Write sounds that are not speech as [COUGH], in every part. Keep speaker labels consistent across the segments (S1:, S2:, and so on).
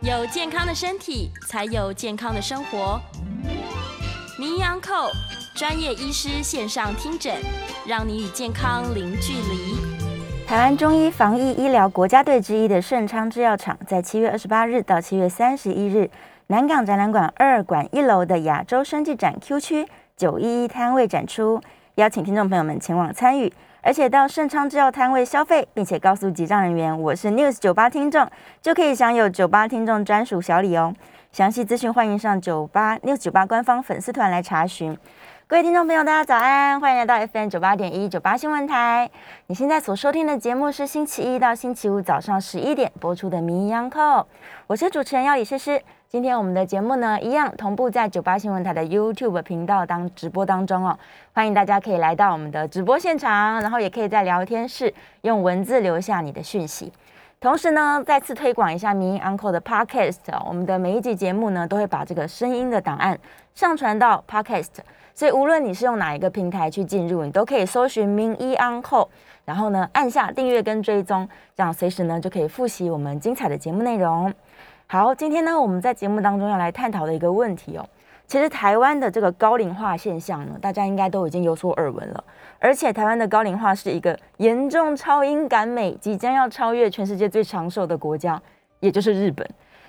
S1: 有健康的身体，才有健康的生活。名医 Uncle 专业医师线上听诊，让你与健康零距离。
S2: 台湾中医防疫医疗国家队之一的盛昌制药厂，在七月二十八日到七月三十一日，南港展览馆二馆一楼的亚洲生技展 Q 区九一一摊位展出，邀请听众朋友们前往参与，而且到盛昌制药摊位消费，并且告诉结账人员我是 News 九八听众，就可以享有九八听众专属小礼哦。详细资讯欢迎上九八 News 九八官方粉丝团来查询。各位听众朋友，大家早安，欢迎来到 FM 九八点一九八新闻台。你现在所收听的节目是星期一到星期五早上十一点播出的《名医央叩》，我是主持人要李诗诗。今天我们的节目呢，一样同步在九八新闻台的 YouTube 频道当直播当中哦，欢迎大家可以来到我们的直播现场，然后也可以在聊天室用文字留下你的讯息。同时呢，再次推广一下民音 Uncle 的 Podcast 哦。我们的每一集节目呢，都会把这个声音的档案上传到 Podcast，所以无论你是用哪一个平台去进入，你都可以搜寻民音 Uncle，然后呢，按下订阅跟追踪，这样随时呢就可以复习我们精彩的节目内容。好，今天呢，我们在节目当中要来探讨的一个问题哦，其实台湾的这个高龄化现象呢，大家应该都已经有所耳闻了。而且台湾的高龄化是一个严重超英赶美，即将要超越全世界最长寿的国家，也就是日本。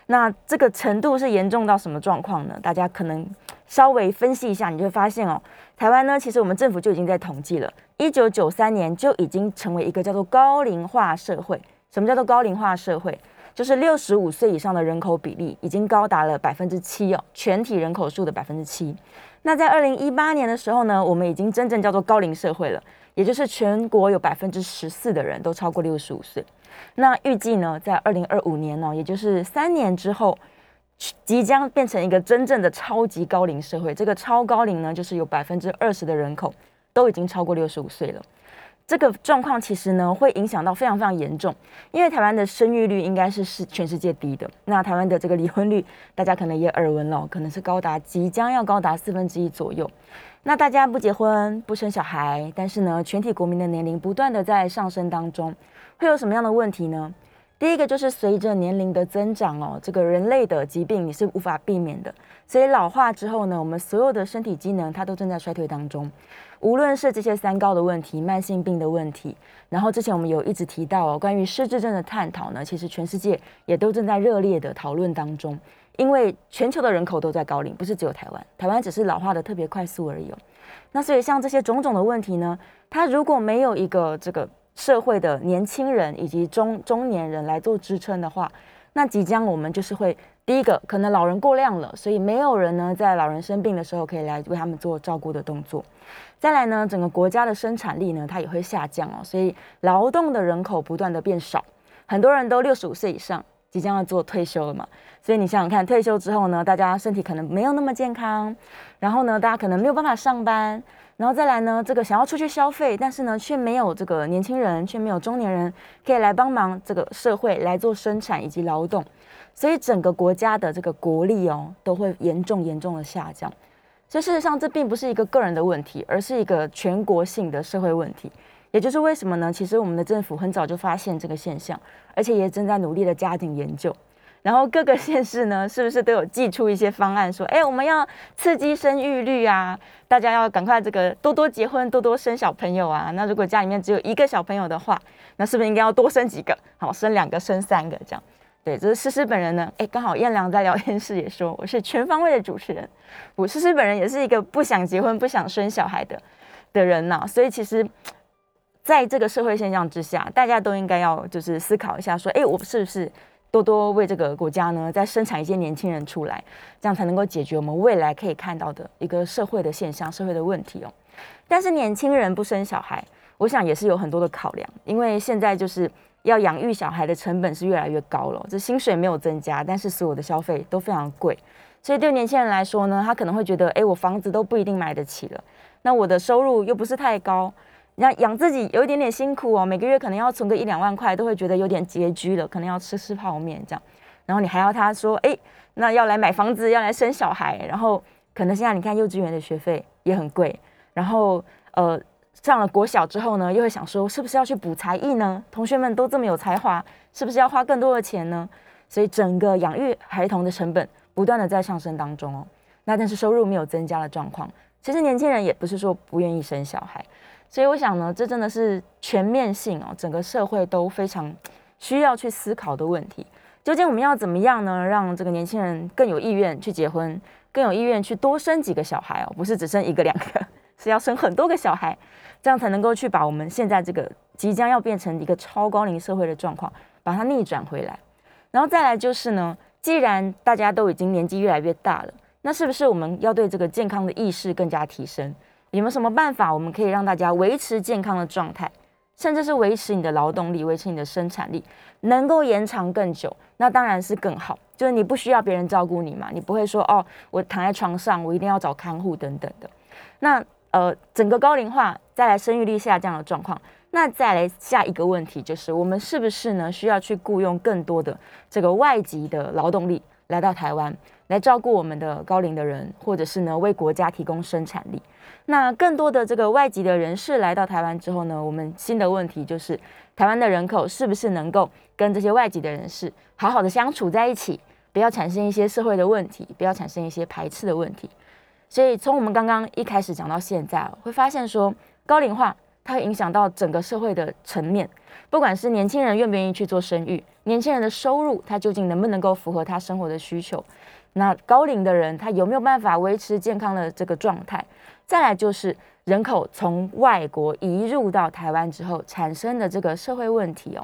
S2: 那这个程度是严重到什么状况呢？大家可能稍微分析一下，你就会发现哦，台湾呢，其实我们政府就已经在统计了，一九九三年就已经成为一个叫做高龄化社会。什么叫做高龄化社会？就是六十五岁以上的人口比例已经高达了百分之七哦，全体人口数的百分之七。那在二零一八年的时候呢，我们已经真正叫做高龄社会了，也就是全国有百分之十四的人都超过六十五岁。那预计呢，在二零二五年呢、哦，也就是三年之后，即将变成一个真正的超级高龄社会。这个超高龄呢，就是有百分之二十的人口都已经超过六十五岁了。这个状况其实呢，会影响到非常非常严重，因为台湾的生育率应该是是全世界低的。那台湾的这个离婚率，大家可能也耳闻了，可能是高达即将要高达四分之一左右。那大家不结婚、不生小孩，但是呢，全体国民的年龄不断的在上升当中，会有什么样的问题呢？第一个就是随着年龄的增长哦，这个人类的疾病你是无法避免的，所以老化之后呢，我们所有的身体机能它都正在衰退当中。无论是这些三高的问题、慢性病的问题，然后之前我们有一直提到哦，关于失智症的探讨呢，其实全世界也都正在热烈的讨论当中，因为全球的人口都在高龄，不是只有台湾，台湾只是老化的特别快速而已、哦。那所以像这些种种的问题呢，它如果没有一个这个社会的年轻人以及中中年人来做支撑的话，那即将我们就是会第一个可能老人过量了，所以没有人呢在老人生病的时候可以来为他们做照顾的动作。再来呢，整个国家的生产力呢，它也会下降哦，所以劳动的人口不断的变少，很多人都六十五岁以上，即将要做退休了嘛，所以你想想看，退休之后呢，大家身体可能没有那么健康，然后呢，大家可能没有办法上班，然后再来呢，这个想要出去消费，但是呢，却没有这个年轻人，却没有中年人可以来帮忙这个社会来做生产以及劳动，所以整个国家的这个国力哦，都会严重严重的下降。所以事实上，这并不是一个个人的问题，而是一个全国性的社会问题。也就是为什么呢？其实我们的政府很早就发现这个现象，而且也正在努力的加紧研究。然后各个县市呢， [LAUGHS] 是不是都有寄出一些方案，说，哎，我们要刺激生育率啊，大家要赶快这个多多结婚，多多生小朋友啊。那如果家里面只有一个小朋友的话，那是不是应该要多生几个？好，生两个，生三个这样。对，这是诗诗本人呢。哎，刚好燕良在聊天室也说，我是全方位的主持人。我诗诗本人也是一个不想结婚、不想生小孩的的人呐、啊。所以其实，在这个社会现象之下，大家都应该要就是思考一下，说，哎，我是不是多多为这个国家呢，再生产一些年轻人出来，这样才能够解决我们未来可以看到的一个社会的现象、社会的问题哦。但是年轻人不生小孩，我想也是有很多的考量，因为现在就是。要养育小孩的成本是越来越高了，这薪水没有增加，但是所有的消费都非常贵，所以对年轻人来说呢，他可能会觉得，哎，我房子都不一定买得起了，那我的收入又不是太高，那养自己有一点点辛苦哦，每个月可能要存个一两万块，都会觉得有点拮据了，可能要吃吃泡面这样，然后你还要他说，哎，那要来买房子，要来生小孩，然后可能现在你看幼稚园的学费也很贵，然后呃。上了国小之后呢，又会想说，是不是要去补才艺呢？同学们都这么有才华，是不是要花更多的钱呢？所以整个养育孩童的成本不断的在上升当中哦。那但是收入没有增加的状况，其实年轻人也不是说不愿意生小孩，所以我想呢，这真的是全面性哦，整个社会都非常需要去思考的问题。究竟我们要怎么样呢，让这个年轻人更有意愿去结婚，更有意愿去多生几个小孩哦，不是只生一个两个，是要生很多个小孩，这样才能够去把我们现在这个即将要变成一个超高龄社会的状况，把它逆转回来。然后再来就是呢，既然大家都已经年纪越来越大了，那是不是我们要对这个健康的意识更加提升？有没有什么办法，我们可以让大家维持健康的状态，甚至是维持你的劳动力、维持你的生产力，能够延长更久？那当然是更好，就是你不需要别人照顾你嘛，你不会说哦，我躺在床上，我一定要找看护等等的。那呃，整个高龄化再来生育率下降的状况，那再来下一个问题就是，我们是不是呢需要去雇佣更多的这个外籍的劳动力来到台湾，来照顾我们的高龄的人，或者是呢为国家提供生产力？那更多的这个外籍的人士来到台湾之后呢，我们新的问题就是，台湾的人口是不是能够跟这些外籍的人士好好的相处在一起，不要产生一些社会的问题，不要产生一些排斥的问题？所以从我们刚刚一开始讲到现在，哦会发现说高龄化它会影响到整个社会的层面，不管是年轻人愿不愿意去做生育，年轻人的收入他究竟能不能够符合他生活的需求，那高龄的人他有没有办法维持健康的这个状态？再来就是人口从外国移入到台湾之后产生的这个社会问题哦，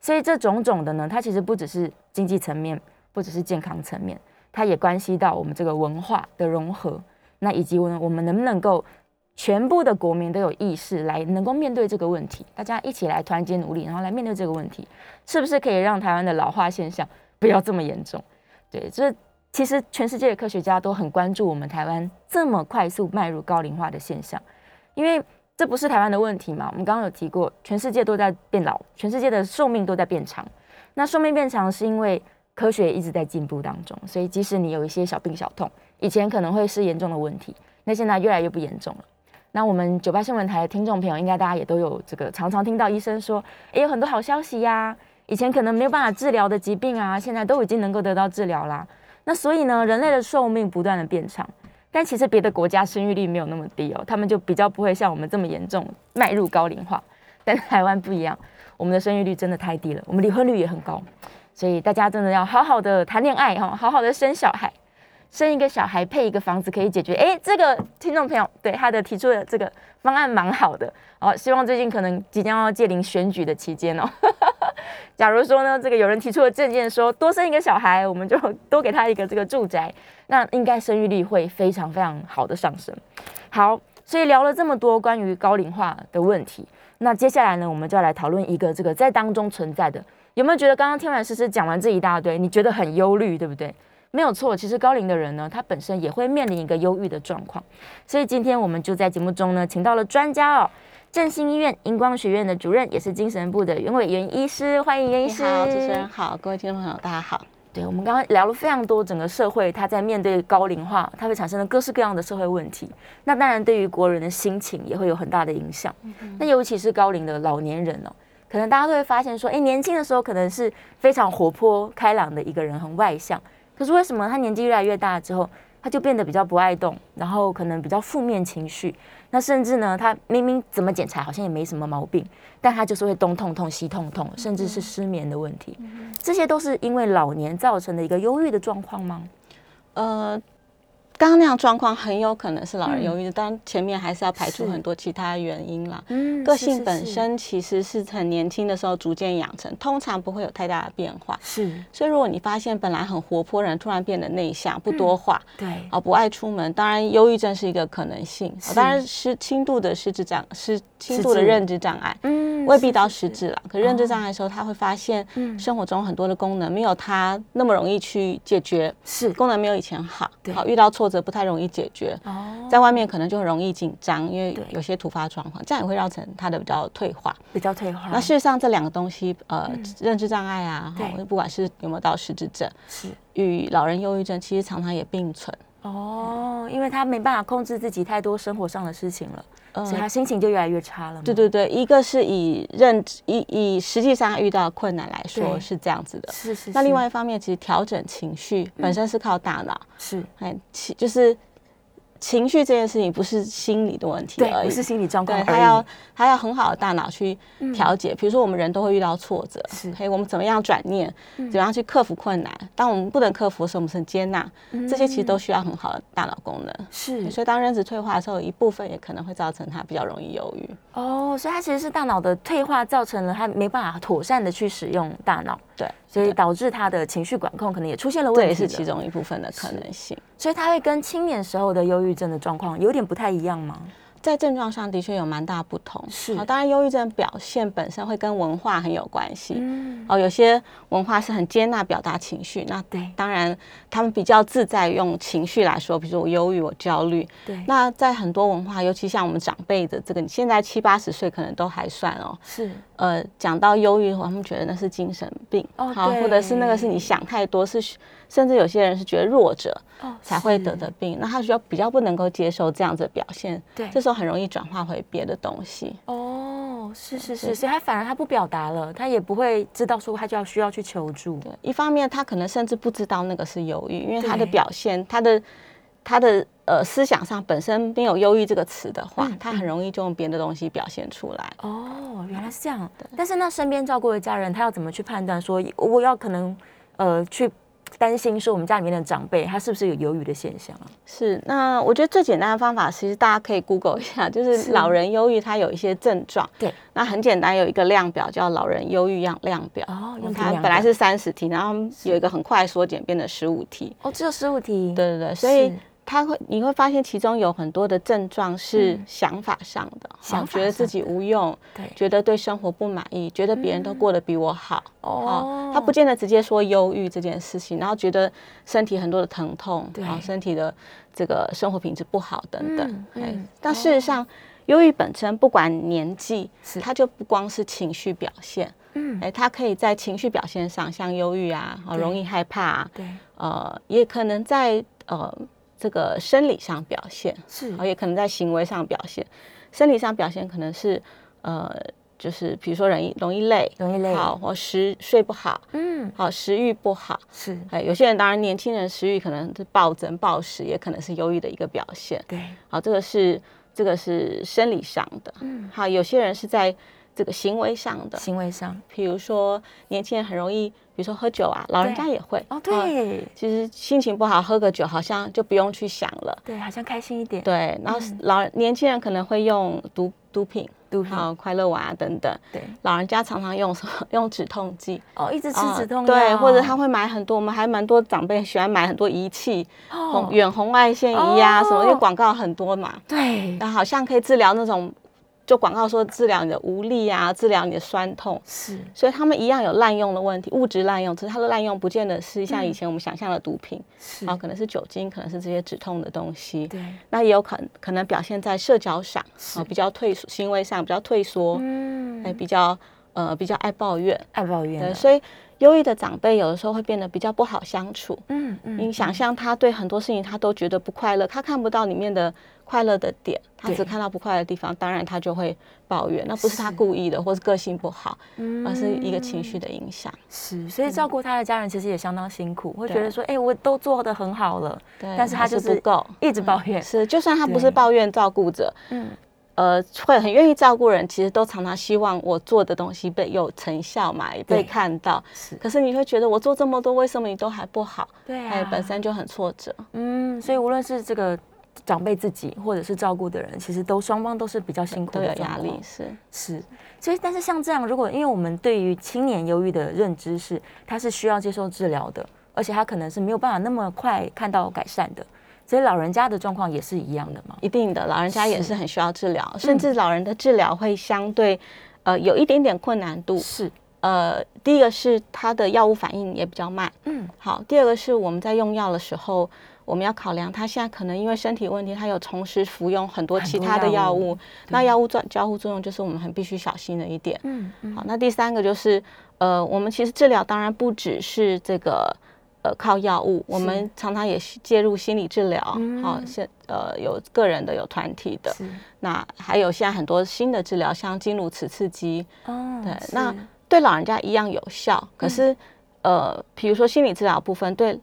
S2: 所以这种种的呢，它其实不只是经济层面，不只是健康层面，它也关系到我们这个文化的融合。那以及我们我们能不能够全部的国民都有意识来能够面对这个问题，大家一起来团结努力，然后来面对这个问题，是不是可以让台湾的老化现象不要这么严重？对，这其实全世界的科学家都很关注我们台湾这么快速迈入高龄化的现象，因为这不是台湾的问题嘛。我们刚刚有提过，全世界都在变老，全世界的寿命都在变长。那寿命变长是因为科学一直在进步当中，所以即使你有一些小病小痛。以前可能会是严重的问题，那现在越来越不严重了。那我们九八新闻台的听众朋友，应该大家也都有这个，常常听到医生说，也有很多好消息呀、啊。以前可能没有办法治疗的疾病啊，现在都已经能够得到治疗啦。那所以呢，人类的寿命不断的变长，但其实别的国家生育率没有那么低哦，他们就比较不会像我们这么严重迈入高龄化。 [LAUGHS] 但台湾不一样，我们的生育率真的太低了，我们离婚率也很高，所以大家真的要好好的谈恋爱哈，好好的生小孩。生一个小孩配一个房子可以解决，哎，这个听众朋友对他的提出的这个方案蛮好的哦。希望最近可能即将要届临选举的期间哦，假如说呢，这个有人提出了证件说多生一个小孩，我们就多给他一个这个住宅，那应该生育率会非常非常好的上升。好，所以聊了这么多关于高龄化的问题，那接下来呢，我们就要来讨论一个这个在当中存在的，有没有觉得刚刚天然诗诗讲完这一大堆，你觉得很忧虑，对不对？没有错，其实高龄的人呢，他本身也会面临一个忧郁的状况，所以今天我们就在节目中呢，请到了专家哦，振兴医院荧光学院的主任，也是精神部的袁伟元医师，欢迎袁医师。
S3: 好，主持人好，各位听众朋友大家好。
S2: 对，我们刚刚聊了非常多，整个社会它在面对高龄化，它会产生的各式各样的社会问题，那当然对于国人的心情也会有很大的影响，嗯、那尤其是高龄的老年人哦。可能大家都会发现说，哎，年轻的时候可能是非常活泼开朗的一个人，很外向。可是为什么他年纪越来越大之后，他就变得比较不爱动，然后可能比较负面情绪，那甚至呢，他明明怎么检查好像也没什么毛病，但他就是会东痛痛西痛痛，甚至是失眠的问题，这些都是因为老年造成的一个忧郁的状况吗？
S3: 呃，刚刚那样状况很有可能
S2: 嗯
S3: 是老人忧郁，当然前面还是要排除很多其他原因啦。
S2: 嗯，
S3: 个
S2: 是
S3: 性本身其实是很年轻的时候逐渐养成，通常不会有太大的变化。
S2: 是是
S3: 所以，如果你发现本来很活泼的人突然变得内向、不多话，
S2: 对
S3: 啊、不爱出门，当然忧郁症是一个可能性。啊
S2: 是
S3: 当然是轻度的失智障，是轻
S2: 失
S3: 度的
S2: 智
S3: 认知障碍，
S2: 嗯
S3: 未必
S2: 是
S3: 到
S2: 是哦
S3: 失智了。可认知障碍的时候，他会发现
S2: 嗯
S3: 生活中很多的功能没有他那么容易去解决，
S2: 是
S3: 功能没有以前好
S2: 对，
S3: 好遇到挫折不太容易解决。
S2: 哦，
S3: 在外面可能就很容易紧张，因为
S2: 对
S3: 有些突发状况，这样也会造成他的比较退化。
S2: 比较退化，
S3: 那事实上，这两个东西，呃，
S2: 嗯
S3: 认知障碍啊，哈
S2: 对
S3: 不管是有没有到失智症，
S2: 是
S3: 与老人忧郁症其
S2: 嗯
S3: 实常常也并存。
S2: 哦，因为他没办法控制自己太多生活上的事情了，
S3: 嗯
S2: 所以他心情就越来越差了。
S3: 对，对对，一个是以认知以以实际上遇到的困难来说
S2: 对
S3: 是这样子的，
S2: 是是。嗯
S3: 那
S2: 是
S3: 另外一方面，其实调整情绪本身是靠大脑，
S2: 是
S3: 哎，情就是情绪这件事情不是心理的问题
S2: 对，
S3: 而
S2: 不
S3: 已，
S2: 是心理状况而已，嗯
S3: 对，他要他要很好的大脑去调节。比如说，我们人都会遇到挫折，
S2: 是嗯
S3: 嘿，我们怎么样转念，怎么样去克服困难？当我们不能克服的时候，我们是接纳，
S2: 嗯
S3: 这些其实都需要很好的大脑功能。
S2: 是
S3: 所以，当认知退化的时候，一部分也可能会造成他比较容易忧郁。
S2: 哦，所以他其实是大脑的退化造成了他没办法妥善的去使用大脑，
S3: 对，
S2: 所以
S3: 对
S2: 导致他的情绪管控可能也出现了
S3: 这
S2: 问
S3: 也
S2: 题
S3: 是
S2: 了。
S3: 其中一部分的可能性。
S2: 所以他会跟青年时候的忧郁症的状况有点不太一样吗？
S3: 在症状上的确有蛮大不同，
S2: 是
S3: 好当然，忧郁症表现本身会跟文化很有关系。
S2: 嗯，
S3: 哦，有些文化是很接纳表达情绪，那
S2: 对
S3: 当然他们比较自在用情绪来说，比如说我忧郁、我焦虑。
S2: 对，
S3: 那在很多文化，尤其像我们长辈的这个，你现在七八十岁可能都还算哦。
S2: 是
S3: 呃，讲到忧郁，他们觉得那是精神病，
S2: 哦
S3: 好，或者是那个是你
S2: 对
S3: 想太多，是甚至有些人是觉得弱者
S2: 哦
S3: 才会得的病，那他比较比较不能够接受这样子的表现，
S2: 对
S3: 这时候很容易转化回别的东西。
S2: 哦，是是是，
S3: 对
S2: 所以他反而他不表达了，他也不会知道说他就要需要去求助。
S3: 对，一方面他可能甚至不知道那个是忧郁，因为他的
S2: 对
S3: 表现，他的他的呃思想上本身没有忧郁这个词的话，
S2: 嗯
S3: 他很容易就用别的东西表现出来。
S2: 哦，原来是这样。但是那身边照顾的家人，他要怎么去判断说，我要可能呃去担心说我们家里面的长辈他是不是有忧郁的现象啊？
S3: 是，那我觉得最简单的方法，其实大家可以 Google 一下，就是老人忧郁，它有一些症状。
S2: 对，
S3: 那很简单，有一个量表叫老人忧郁量量表。
S2: 哦
S3: 嗯
S2: 用这个
S3: 它
S2: 量
S3: 本来
S2: 表
S3: 是三十题，然后有一个很快缩减，变成十五题。
S2: 哦，只有十五题。
S3: 对对对，所以
S2: 是
S3: 他会你会发现其中有很多的症状是
S2: 嗯
S3: 想法上的，
S2: 想
S3: 好
S2: 法
S3: 觉
S2: 上
S3: 得自己无用，
S2: 对
S3: 觉得对生活不满意，觉得别人都过得比我好。
S2: 哦
S3: 哦，他不见得直接说忧郁这件事情，然后觉得身体很多的疼痛，
S2: 对
S3: 然后身体的这个生活品质不好等等。
S2: 嗯
S3: 哎
S2: 嗯
S3: 但事实上，忧郁本身不管年纪
S2: 是，
S3: 它就不光是情绪表现，
S2: 嗯
S3: 哎，它可以在情绪表现上，像忧郁啊，好
S2: 对
S3: 容易害怕啊，
S2: 对
S3: 呃，也可能在呃这个生理上表现，
S2: 是
S3: 然后也可能在行为上表现。生理上表现可能是呃，就是比如说人容易累，
S2: 容易累
S3: 好或食睡不好，
S2: 嗯
S3: 好食欲不好。
S2: 是
S3: 哎，有些人当然年轻人食欲可能是暴增暴食，也可能是忧郁的一个表现。
S2: 对
S3: 好，这个是这个是生理上的。
S2: 嗯
S3: 好，有些人是在这个行为上的，
S2: 行为上
S3: 比如说年轻人很容易，比如说喝酒啊，老人
S2: 对
S3: 家也会
S2: 哦
S3: 啊
S2: 对
S3: 其实心情不好，喝个酒好像就不用去想了。
S2: 对，好像开心一点
S3: 对，然后老人年轻人可能会用毒毒品，
S2: 嗯毒品
S3: 还有快乐丸啊等等。
S2: 对
S3: 老人家常常用什么？用止痛剂，
S2: 哦，一直吃
S3: 啊
S2: 止痛药
S3: 对，或者他会买很多，我们还蛮多长辈喜欢买很多仪器，
S2: 哦
S3: 红远红外线仪呀、
S2: 哦嗯
S3: 什么，因为广告很多嘛，
S2: 对
S3: 然后好像可以治疗那种，就广告说治疗你的无力啊，治疗你的酸痛，
S2: 是
S3: 所以他们一样有滥用的问题，物质滥用，只是它的滥用不见得是像以前我们想象的毒品，
S2: 是
S3: 啊，可能是酒精，可能是这些止痛的东西。
S2: 对
S3: 那也有可能可能表现在社交上，啊，比较退缩，行为上比较退缩，
S2: 嗯
S3: 哎、比较呃比较爱抱怨，
S2: 爱抱怨
S3: 对，
S2: 了
S3: 所以忧郁的长辈有的时候会变得比较不好相处。
S2: 嗯嗯
S3: 你想象他对很多事情他都觉得不快乐，他看不到里面的快乐的点，他只
S2: 对
S3: 看到不快乐的地方，当然他就会抱怨，那不是他
S2: 是
S3: 故意的，或是个性不好，
S2: 嗯
S3: 而是一个情绪的影响。
S2: 是，所以照顾他的家人其实也相当辛苦，会觉
S3: 对
S2: 得说，哎、我都做得很好了，
S3: 对
S2: 但是他
S3: 还
S2: 就是
S3: 不够
S2: 一直抱怨，
S3: 是，就算他不是
S2: 对
S3: 抱怨照顾者，
S2: 嗯，
S3: 呃，会很愿意照顾人，其实都常常希望我做的东西被有成效嘛，也
S2: 对
S3: 被看到。
S2: 是
S3: 可是你会觉得我做这么多，为什么你都还不好？
S2: 对啊，
S3: 哎，本身就很挫折。
S2: 嗯，所以无论是这个长辈自己，或者是照顾的人，其实都双方都是比较辛苦
S3: 都有
S2: 的
S3: 压
S2: 状
S3: 力
S2: 况，
S3: 是
S2: 是，所以但是像这样，如果因为我们对于青年忧郁的认知是，他是需要接受治疗的，而且他可能是没有办法那么快看到改善的，所以老人家的状况也是一样的嘛，
S3: 一定的，老人家也
S2: 是嗯
S3: 是很需要治疗，甚至老人的治疗会相对，呃，有一点点困难度。
S2: 是，
S3: 呃，第一个是他的药物反应也比较慢，
S2: 嗯，
S3: 好，第二个是我们在用药的时候，我们要考量他现在可能因为身体问题，他有同时服用很多
S2: 很
S3: 其
S2: 多
S3: 他的
S2: 药
S3: 药
S2: 物
S3: 物，那药物作交互作用就是我们很必须小心的一点。
S2: 嗯嗯，
S3: 好，那第三个就是呃，我们其实治疗当然不只是这个呃靠药物，我
S1: 是
S3: 们常常也是介入心理治疗，
S1: 嗯
S3: 好、现呃有个人的有团体的，
S1: 是
S3: 那还有现在很多新的治疗，像经颅磁刺激，
S1: 哦，
S3: 对
S1: 是
S3: 那对老人家一样有效。
S1: 嗯
S3: 可是，呃，比如说心理治疗部分对。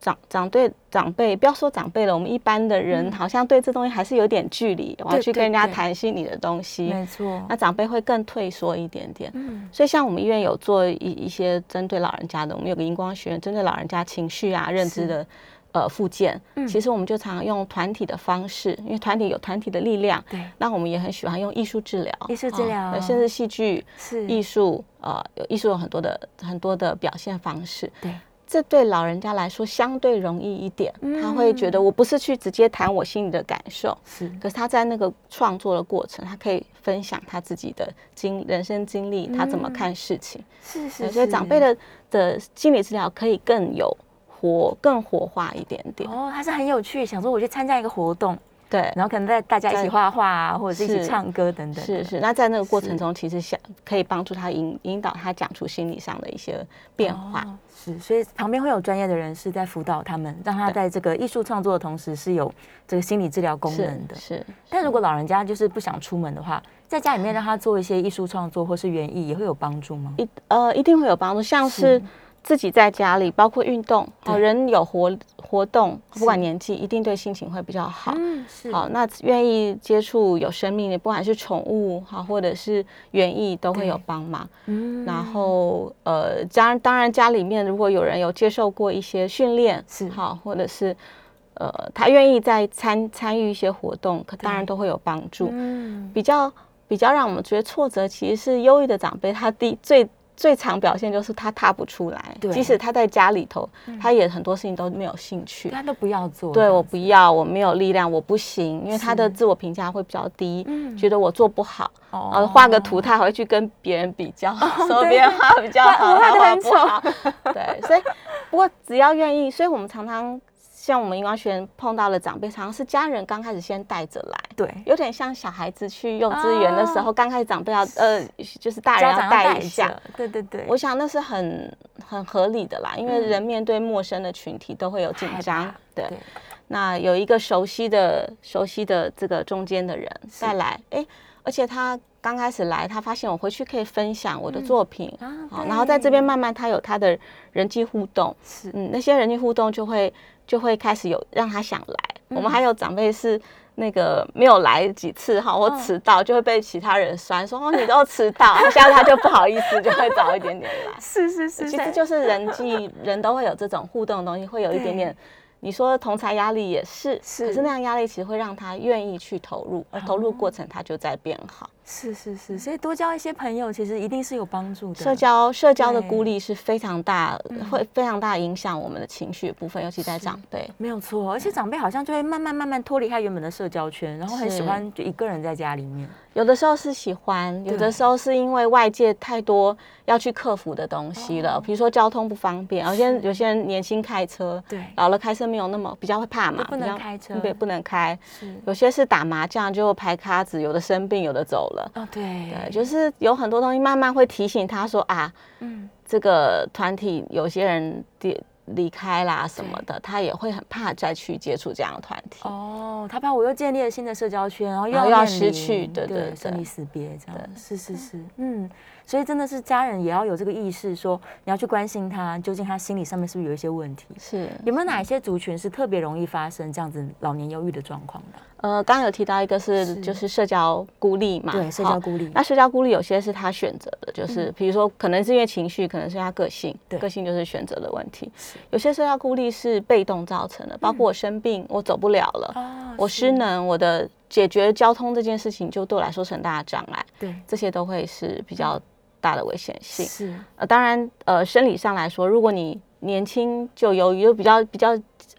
S3: 长长对长辈，不要说长辈了，我们一般的人
S1: 嗯
S3: 好像对这东西还是有点距离，我要
S1: 对
S3: 去
S1: 对
S3: 跟人家
S1: 对
S3: 谈心理的东西，
S2: 没错
S3: 那，长辈会更退缩一点点。
S1: 嗯
S3: 所以，像我们医院有做一一些针对老人家的，我们有个荧光学院，针对老人家情绪啊、认知的呃附件。
S1: 嗯
S3: 其实我们就常用团体的方式，因为团体有团体的力量。
S1: 对，哦
S3: 那我们也很喜欢用艺术治疗，
S2: 艺术治疗
S3: 啊对甚至戏剧、
S2: 是
S3: 艺术，呃，有艺术有很多的很多的表现方式。
S1: 对。
S3: 这对老人家来说相对容易一点，他会觉得
S1: 嗯
S3: 我不是去直接谈我心里的感受，
S1: 是
S3: 可是他在那个创作的过程，他可以分享他自己的经人生经历，他怎么
S1: 嗯
S3: 看事情。
S2: 是
S3: 对
S2: 是，
S3: 所以长辈
S2: 是
S3: 的的心理治疗可以更有活、更活化一点点。
S2: 哦，他是很有趣，想说我去参加一个活动，
S3: 对，
S2: 然后可能带大家一起
S3: 在
S2: 画画啊，或者是一起
S3: 是
S2: 唱歌等等的。
S3: 是是。那在那个过
S2: 是
S3: 程中，其实想可以帮助他引引导他讲出心理上的一些变化。
S2: 哦是，所以旁边会有专业的人士在辅导他们，让他
S3: 对
S2: 在这个艺术创作的同时是有这个心理治疗功
S3: 是
S2: 能的。
S3: 是，
S2: 但如果老人家就是不想出门的话，在家里面让他做一些艺术创作或是园艺，也会有帮助吗？
S3: 一呃一定会有帮助，像
S2: 是
S3: 是自己在家里，包括运动，好
S2: 对
S3: 人有活活动，
S2: 是
S3: 不管年纪，一定对心情会比较好。
S2: 嗯，是
S3: 好，那愿意接触有生命的，不管是宠物好，或者是园艺，都会有
S2: 对
S3: 帮忙。
S2: 嗯
S3: 然后呃，家当然家里面如果有人有接受过一些训练，
S2: 是
S3: 好，或者是呃，他愿意再参参与一些活动，可当
S2: 对
S3: 然都会有帮助。
S2: 嗯，
S3: 比较比较让我们觉得挫折，其实是忧郁的长辈，他第最最常表现就是他踏不出来
S2: 对，嗯
S3: 即使他在家里头，他也很多事情都没有兴趣。
S2: 他都不要做这
S3: 对
S2: 样
S3: 我
S2: 子，
S3: 不要，我没有力量，我不行，因为他的
S2: 是
S3: 自我评价会比较低，
S1: 嗯
S3: 觉得我做不好，
S2: 哦
S3: 然后呃画个图，他还会去跟别人比较， [LAUGHS] 说
S2: 对
S3: 别人画比较
S2: 画
S3: 好，
S2: 我画
S3: 他
S2: 得
S3: 画
S2: 很
S3: 不好。
S2: [LAUGHS]
S3: 对，所以不过只要愿意，所以我们常常像我们荧光学院碰到了长辈，常常是家人刚开始先带着来。
S2: 对，
S3: 有点像小孩子去幼稚园的时候，刚开始长辈要呃，就是大人
S2: 哦家长
S3: 要
S2: 要
S3: 带
S2: 带
S3: 一下，
S2: 着，对对对，
S3: 我想那是很很合理的啦，因为人面对陌生的群体都会有紧
S2: 嗯害
S3: 张
S2: 怕，
S3: 对
S2: 对。
S3: 那有一个熟悉的、熟悉的这个中间的人再来，哎，而且他刚开始来，他发现我回去可以分享我的作品，
S2: 啊
S3: 好，然后在这边
S2: 对
S3: 慢慢他有他的人际互动，
S2: 是
S3: 嗯，那些人际互动就会就会开始有让他想来。我
S2: 嗯
S3: 们还有长辈是那个没有来几次哈，
S2: 嗯
S3: 我迟到就会被其他人酸说哦你都迟到，下次他就不好意思，就会早一点点来。
S2: 是是 [LAUGHS] 是，
S3: 其
S2: 在
S3: 实就是
S2: [LAUGHS]
S3: 人际人都会有这种互动的东西，会有一点点。你说同才压力也是，
S2: 是
S3: 可是那样压力其实会让他愿意去投入，而投入
S2: 哦
S3: 过程他就在变好。
S2: 是是是，所以多交一些朋友，其实一定是有帮助的。
S3: 社交社交的
S2: 对嗯
S3: 孤立是非常大，会非常大影响我们的情绪的部分，尤其在长辈。
S2: 没有错，而且长辈好像就会慢慢慢慢脱离他原本的社交圈，然后很喜
S3: 是
S2: 欢就一个人在家里面。
S3: 有的时候是喜欢，有的时候是因为外界太多要去克服的东西
S2: 哦
S3: 了，比如说交通不方便，有些人有些人年轻开车，
S2: 对
S3: 老了开车没有那么比较会怕嘛，
S2: 啊就不能
S3: 比较
S2: 开车
S3: 对，不能开。
S2: 是
S3: 有些是打麻将就排卡子，有的生病，有的走了，
S2: 哦，
S3: 对，
S2: 对，
S3: 就是有很多东西慢慢会提醒他说啊，
S1: 嗯
S3: 这个团体有些人离离开啦什么的，他也会很怕再去接触这样的团体。
S2: 哦，他怕我又建立了新的社交圈，然后又
S3: 然
S2: 要
S3: 后又要
S2: 面
S3: 失
S2: 临
S3: 去对对
S2: 对，
S3: 对
S2: 生离死别这样。是是是，嗯，所以真的是家人也要有这个意识，说你要去关心他，究竟他心理上面是不是有一些问题？
S3: 是，
S2: 有没有哪一些族群是特别容易发生这样子老年忧郁的状况的？
S3: 呃，刚刚有提到一个是就是社交孤立嘛，
S2: 对，社
S3: 好
S2: 交孤立。
S3: 那社交孤立有些是他选择的，就是比如说可能是因为情绪，可能是他个性
S2: 嗯对，
S3: 个性就是选择的问题。有些社交孤立是被动造成的，包括我生病，我走不了了，
S2: 嗯哦
S3: 我失能，我的解决交通这件事情就对我来说是很大的障碍，
S2: 对，
S3: 这些都会是比较大的危险性。
S2: 是
S3: 呃，当然，呃，生理上来说，如果你年轻就由于就比较比较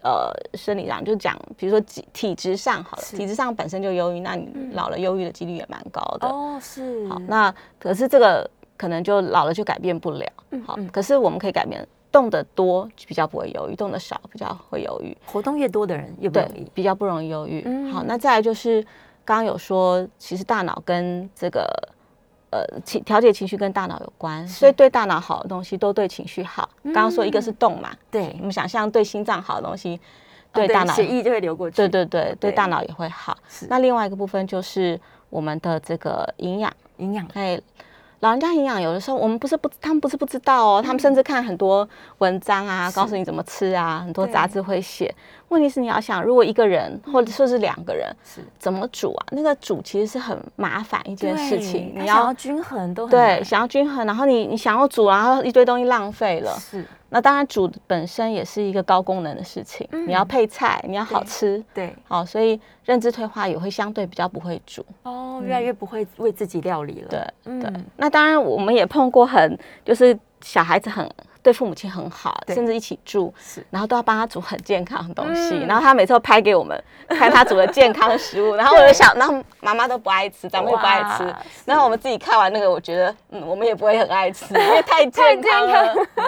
S3: 呃生理上就讲，比如说体体质上好了，
S2: 是嗯
S3: 体质上本身就忧郁，那你老了忧郁的几率也蛮高的。
S2: 哦，是
S3: 好，那可是这个可能就老了就改变不了。
S2: 嗯
S3: 好，可是我们可以改变，动得多就比较不会忧郁，动得少比较会忧郁，
S2: 活动越多的人越不
S3: 对
S2: 容易，
S3: 比较不容易忧郁。好，
S2: 嗯
S3: 那再来就是刚刚有说，其实大脑跟这个呃情调节情绪跟大脑有关，所以对大脑好的东西都对情绪好。
S2: 嗯
S3: 刚刚说一个是动嘛，
S2: 对
S3: 我们想象对心脏好的东西，
S2: 哦
S3: 对大脑
S2: 血液就会流过去。
S3: 对对对，
S2: 对
S3: 对大脑也会好。那另外一个部分就是我们的这个营养，
S2: 营养
S3: 哎，老人家营养有的时候我们不是不，他们不是不知道
S2: 嗯
S3: 哦，他们甚至看很多文章啊，告诉你怎么吃啊，很多杂志会写。问题是你要想，如果一个人或者说是两个人，
S2: 是
S3: 怎么煮啊？那个煮其实是很麻烦一件事情，
S2: 你
S3: 你
S2: 要
S3: 要。
S2: 均衡都很
S3: 对，
S2: 难
S3: 想要均衡，然后你你想要煮，然后一堆东西浪费了，
S2: 是，
S3: 那当然，煮本身也是一个高功能的事情，你要配菜，你要好吃，
S2: 嗯对
S3: 好，所以认知退化也会相对比较不会煮，
S2: 哦，越来越不会为自己料理了。
S3: 对、对
S2: 嗯。
S3: 那当然，我们也碰过很就是小孩子很对父母亲很好，
S2: 对
S3: 甚至一起住
S2: 是，
S3: 然后都要帮他煮很健康的东西，
S2: 嗯
S3: 然后他每次都拍给我们看他煮的健康的食物，然后我就想，然后妈妈都不爱吃，咱们也不爱吃
S2: 哇，
S3: 然后我们自己看完那个，我觉得嗯，我们也不会很爱吃，因为太健
S2: 健
S3: 康了，
S2: 不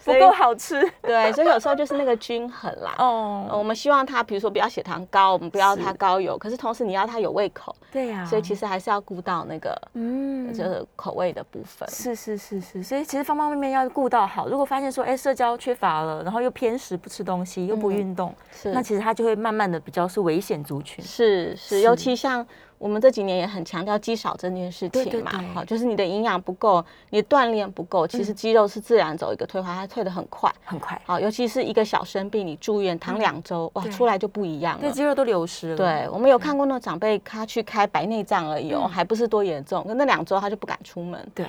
S3: 所以
S2: 够好吃
S3: 对，所以有时候就是那个均衡啦。呃
S2: 哦。
S3: 我们希望他，比如说不要血糖高，我们不要
S2: 是
S3: 他高油，可是同时你要他有胃口，
S2: 对呀，
S3: 所以其
S2: 实
S3: 实还是要顾到那个
S2: 嗯
S3: 这个口味的部分。
S2: 是是是是，所以其实方方面面要顾到好。如果发现说，哎，社交缺乏了，然后又偏食不吃东西，又不运动，
S3: 嗯是
S2: 那其实他就会慢慢的比较是危险族群。
S3: 是是，尤其像我们这几年也很强调肌少症这件事
S2: 对对
S3: 情嘛
S2: 对，嗯
S3: 好，就是你的营养不够，你的锻炼不够，其实肌肉是自然走一个退化，它退得很快。
S2: 很快，
S3: 好，尤其是一个小生病，你住院躺两周，哇，
S2: 嗯对
S3: 出来就不一样
S2: 对
S3: 了。
S2: 肌肉都流失了。
S3: 对，我们有看过那种长辈，他去开白内障而已
S2: 嗯
S3: 哦，还不是多严重，可那两周他就不敢出门。
S2: 对，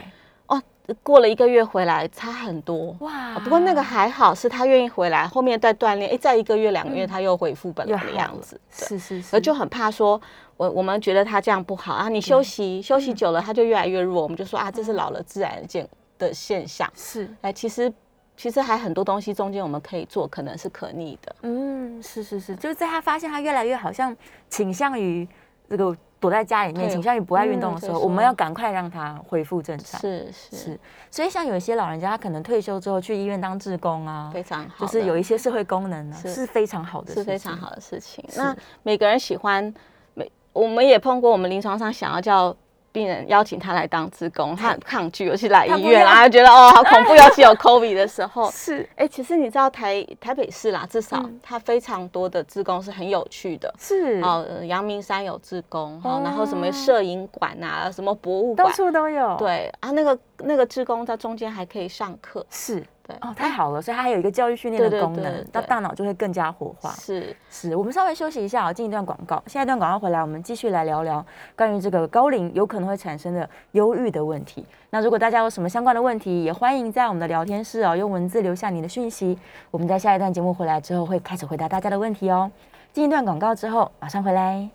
S3: 哦，过了一个月回来差很多
S2: 哇
S3: 哦不过那个还好，是他愿意回来，后面再锻炼，哎，再一个月两个月他又恢复本
S2: 嗯又
S3: 来
S2: 好
S3: 的
S2: 了
S3: 样子。对，
S2: 是是
S3: 而
S2: 是，
S3: 就很怕说，我我们觉得他这样不好啊，你休息休
S2: 嗯
S3: 息久了他就越来越弱，我们就说啊，这是老了自然健的现象。
S2: 是
S3: 哎，其实其实还很多东西中间我们可以做，可能是可逆的。
S2: 嗯，是是是，就是在他发现他越来越好像倾向于这个躲在家里面，
S3: 对
S2: 倾向于不爱运
S3: 嗯
S2: 动的时
S3: 对
S2: 候，
S3: 说
S2: 我们要赶快让他恢复正常。
S3: 是是
S2: 是，所以像有一些老人家，他可能退休之后去医院当志工啊，
S3: 非常
S2: 就
S3: 好的，
S2: 是有一些社会功能呢、啊
S3: 是
S2: 是非常好的，
S3: 是非常。好的事情。
S2: 是
S3: 那每个人喜欢，每我们也碰过，我们临床上想要叫病人邀请他来当志工，他很抗拒，尤其来
S2: 他
S3: 医
S2: 不
S3: 院，
S2: 要
S3: 然后觉得哦
S2: [LAUGHS]
S3: 好恐怖，尤其有 COVID 的时候。
S2: 是
S3: 哎、其实你知道台台北市啦，至少它非常多的志工是很有趣的。
S2: 嗯是，
S3: 哦，呃阳明山有志工，好、
S2: 哦
S3: 然后什么摄影馆啊，什么博物
S2: 到
S3: 馆，
S2: 处都有。，
S3: 对啊，那个那个志工在中间还可以上课，
S2: 是
S3: 对，
S2: 哦，太好了，所以它还有一个教育训练
S3: 对
S2: 的
S3: 对
S2: 功
S3: 对
S2: 能，
S3: 对
S2: 那大脑就会更加活化。
S3: 是
S2: 是我们稍微休息一下啊，进一段广告。下一段广告回来，我们继续来聊聊关于这个高龄有可能会产生的忧郁的问题。那如果大家有什么相关的问题，也欢迎在我们的聊天室哦，用文字留下你的讯息。我们在下一段节目回来之后会开始回答大家的问题哦。进一段广告之后，马上回来。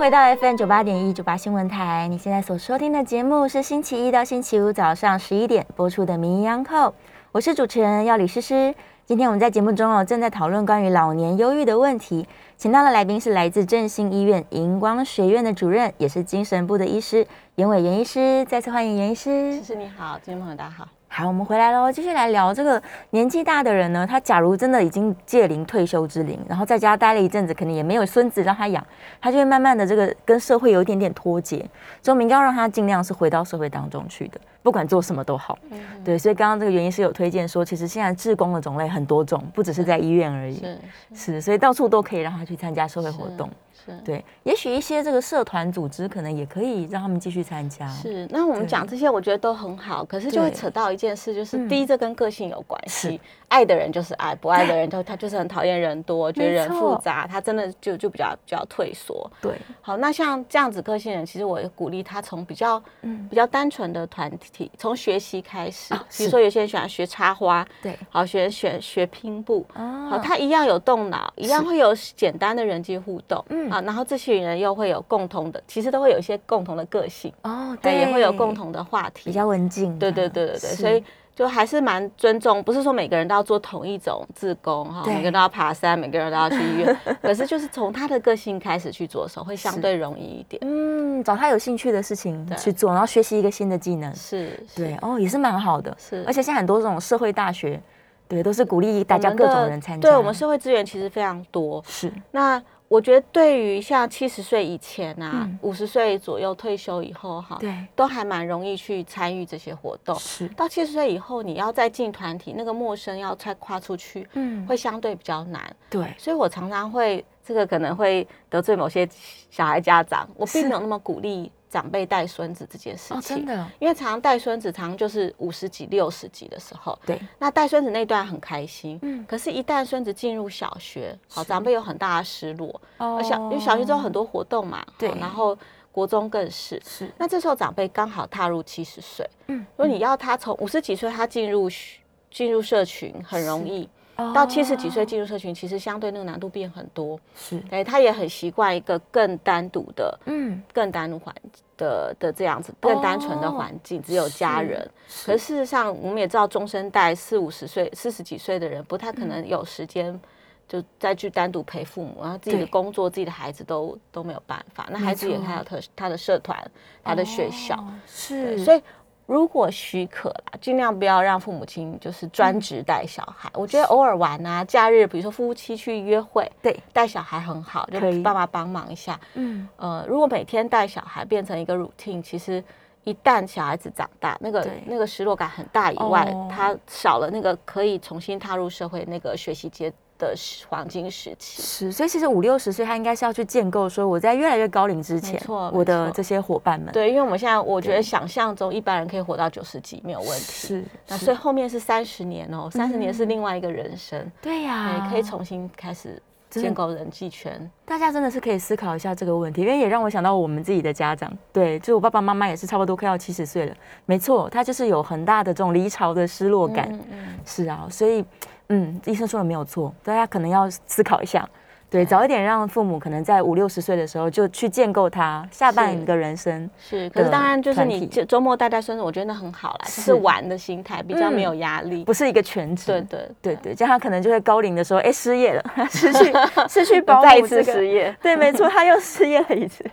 S2: 回到 FM 九八点一九八新闻台，你现在所收听的节目是星期一到星期五早上十一点播出的《名医央叩》，我是主持人要李诗诗。今天我们在节目中哦，正在讨论关于老年忧郁的问题，请到的来宾是来自振兴医院荧光学院的主任，也是精神部的医师严伟严医师，再次欢迎严医师
S3: 是，。是你好，听众朋友大家好。
S2: 好，我们回来喽，继续来聊这个年纪大的人呢，他假如真的已经届龄退休之龄，然后在家待了一阵子，可能也没有孙子让他养，他就会慢慢的这个跟社会有一点点脱节，所以我们应该要让他尽量是回到社会当中去的，不管做什么都好。对，所以刚刚这个原因是有推荐说，其实现在志工的种类很多种，不只是在医院而已，
S3: 是
S2: 是，所以到处都可以让他去参加社会活动。
S3: 是
S2: 对，也许一些这个社团组织可能也可以让他们继续参加。
S3: 是，那我们讲这些，我觉得都很好，可是就会扯到一件事，
S2: 嗯
S3: 就是第一，这跟个性有关系，爱的人就是爱，
S2: [LAUGHS]
S3: 不爱的人就他就是很讨厌人多，觉得人复
S2: 错
S3: 杂，他真的就就比较比较退缩。
S2: 对，
S3: 好，那像这样子个性人，其实我也鼓励他从比较、
S2: 嗯
S3: 比较单纯的团体，从学习开始。
S2: 啊
S3: 比
S2: 是
S3: 如说有些人喜欢学插花，
S2: 对，
S3: 好学学学拼布，好，
S2: 哦，
S3: 他一样有动脑，一样会有简单的人际互动，嗯啊，然后这群人又会有共同的，其实都会有一些共同的个性，
S2: 哦，
S3: 对，
S2: 对，
S3: 也会有共同的话题，
S2: 比较文静啊、
S3: 对对对对对，
S2: 是
S3: 所以就还是蛮尊重，不是说每个人都要做同一种自工哈，
S2: 对
S3: 每个人都要爬山，每个人都要去医院，可是就是从他的个性开始去着手，会相对容易一点。
S2: 嗯，找他有兴趣的事情
S3: 对
S2: 去做，然后学习一个新的技能，
S3: 是，是
S2: 对，哦，也是蛮好的。
S3: 是
S2: 而且现在很多这种社会大学，对，都是鼓励大
S3: 我
S2: 家
S3: 们
S2: 各种
S3: 的
S2: 人参加。
S3: 对我们社会资源其实非常多，
S2: 是
S3: 那我觉得对于像七十岁以前啊
S2: 嗯，
S3: 五十岁左右退休以后哈，
S2: 对，
S3: 都还蛮容易去参与这些活动。
S2: 是，
S3: 到七十岁以后，你要再进团体，那个陌生要再跨出去，
S2: 嗯，
S3: 会相对比较难。
S2: 对，
S3: 所以我常常会这个可能会得罪某些小孩家长，我并没有那么鼓励长辈带孙子这件事
S2: 哦，真
S3: 情。
S2: 的，
S3: 因为常常带孙子，常常就是五十几、六十几的时候，
S2: 对，
S3: 那带孙子那段很开心，
S2: 嗯
S3: 可是，一旦孙子进入小学，好，
S2: 是
S3: 长辈有很大的失落。
S2: 哦
S3: 而小因为小学之后很多活动嘛，
S2: 对
S3: 好然后国中更是。
S2: 是，
S3: 那这时候长辈刚好踏入七十岁，
S2: 嗯，
S3: 如果你要他从五十几岁他进入学进入社群很容易，到七十几岁
S2: 哦
S3: 进入社群，其实相对那个难度变很多。
S2: 是，
S3: 对，他也很习惯一个更单独的、
S2: 嗯，
S3: 更单独环的的这样子、更单纯的
S2: 哦
S3: 环境，只有家
S2: 是
S3: 人。
S2: 是
S3: 可是事实上，我们也知道，中生代四五十岁、四十几岁的人，不太可
S2: 嗯
S3: 能有时间就再去单独陪父母，然后自己的
S2: 对
S3: 工作、自己的孩子都都没有办法。那
S2: 没
S3: 孩子也
S2: 错
S3: 还有他他的社团、他的学校，
S2: 哦
S3: 对
S2: 是，
S3: 所
S2: 以
S3: 以如果许可啦，尽量不要让父母亲就是专职带小孩。我觉得偶尔玩啊，假日比如说夫妻去约会，
S2: 对，
S3: 带小孩很好，就
S2: 可以
S3: 爸妈帮忙一下。
S2: 嗯，
S3: 呃，如果每天带小孩变成一个 routine，其实一旦小孩子长大，那个
S2: 对
S3: 那个失落感很大以外，
S2: 哦
S3: 他少了那个可以重新踏入社会那个学习阶的时黄金时期。
S2: 是，所以其实五六十岁，他应该是要去建构，说我在越来越高龄之前
S3: 没，错
S2: 我的
S3: 没错
S2: 这些伙伴们，，
S3: 对，因为我们现在我觉
S2: 对
S3: 得想象中一般人可以活到九十几没有问题，
S2: 是，
S3: 那
S2: 是
S3: 所以后面是三十年哦，三十年是
S2: 嗯
S3: 另外一个人生，
S2: 对呀，
S3: 也哎可以重新开始
S2: 真的
S3: 建构人际圈。
S2: 大家真的是可以思考一下这个问题，因为也让我想到我们自己的家长，对，就我爸爸妈妈也是差不多快要七十岁了，没错，他就是有很大的这种离巢的失落感，
S3: 嗯嗯，
S2: 是啊，所以，嗯，医生说的没有错，大家可能要思考一下，对，早一点让父母可能在五六十岁的时候就去建构他下半个人生，
S3: 是，可是当
S2: 的
S3: 然就是
S2: 团
S3: 你
S2: 体
S3: 周周末带带孙子，我觉得那很好啦，就是
S2: 是
S3: 玩的心态，比较
S2: 嗯
S3: 没有压力。
S2: 不是一个全职，
S3: 对对
S2: 对对，这样他可能就会高龄的时候，哎，失业了， [LAUGHS] 失去
S3: [LAUGHS]
S2: 失去保姆、
S3: 再
S2: 这
S3: 一
S2: 个，
S3: 次失业。
S2: [LAUGHS] 对，没错，他又失业了一次。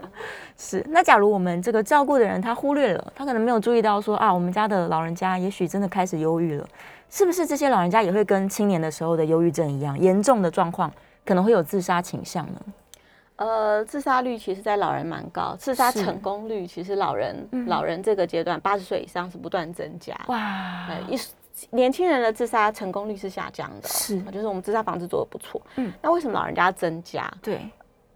S2: [LAUGHS] 是，那假如我们这个照顾的人他忽略了，他可能没有注意到说啊，我们家的老人家也许真的开始忧郁了，是不是这些老人家也会跟青年的时候的忧郁症一样，严重的状况可能会有自杀倾向呢？
S3: 呃，自杀率其实在老人蛮高，自杀
S2: 是嗯
S3: 成功率其实老人、老人这个阶段八十岁以上是不断增加。
S2: 哇
S3: 呃，一年轻人的自杀成功率是下降的哦、
S2: 是
S3: 就是我们自杀防治做的不错。
S2: 嗯
S3: 嗯，那为什么老人家增加？
S2: 对，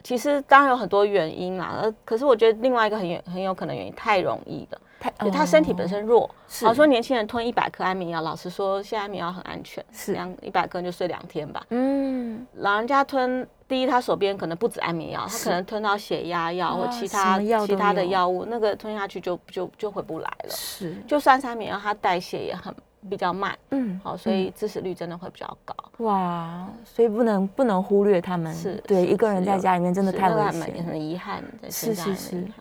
S3: 其实当然有很多原因啦，呃，可是我觉得另外一个很有很有可能原因太容易了，
S2: 他
S3: 就他身体本身弱。
S2: 哦
S3: 哦
S2: 是
S3: 好、说年轻人吞一百颗安眠药，老实说，现在安眠药很安全，
S2: 是
S3: 两一百颗就睡两天吧。
S2: 嗯，
S3: 老人家吞，第一他手边可能不止安眠药，他
S2: 是
S3: 可能吞到血压药或
S2: 啊
S3: 其
S2: 什
S3: 他
S2: 么药
S3: 其
S2: 都
S3: 他的
S2: 有
S3: 药物，那个吞下去就就就回不来了。
S2: 是，
S3: 就算是安眠药，它代谢也很比较慢，
S2: 嗯，
S3: 好、所以致死率真的会比较高。
S2: 哇，所以不能不能忽略他们，
S3: 是
S2: 对
S3: 是
S2: 一个人
S3: 是
S2: 在
S3: 有
S2: 家里面真的
S3: 是
S2: 太
S3: 那个
S2: 危
S3: 还蛮
S2: 险，
S3: 很遗憾的。
S2: 是
S3: 现在
S2: 是
S3: 很
S2: 是
S3: 遗憾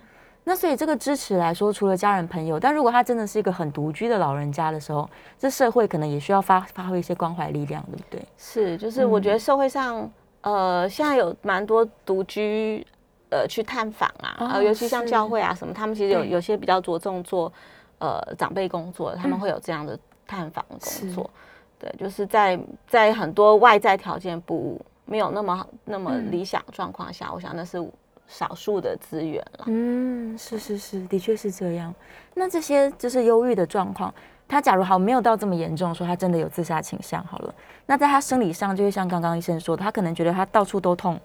S2: 那所以这个支持来说，除了家人朋友，但如果他真的是一个很独居的老人家的时候，这社会可能也需要发发挥一些关怀力量，对不对？
S3: 是，就是我
S2: 嗯
S3: 觉得社会上，呃，现在有蛮多独居，呃，去探访啊，
S2: 哦
S3: 呃，尤其像
S2: 是
S3: 教会啊什么，他们其实有
S2: 对
S3: 有些比较着重做，呃，长辈工作，他们会有这样的探访
S2: 嗯是
S3: 工作，对，就是在在很多外在条件不没有那么那么
S2: 嗯
S3: 理想状况下，我想那是少数的资源了。
S2: 嗯，是是是，的确是这样。那这些就是忧郁的状况，他假如好没有到这么严重，说他真的有自杀倾向好了，那在他生理上，就会像刚刚医生说的，他可能觉得他到处都痛，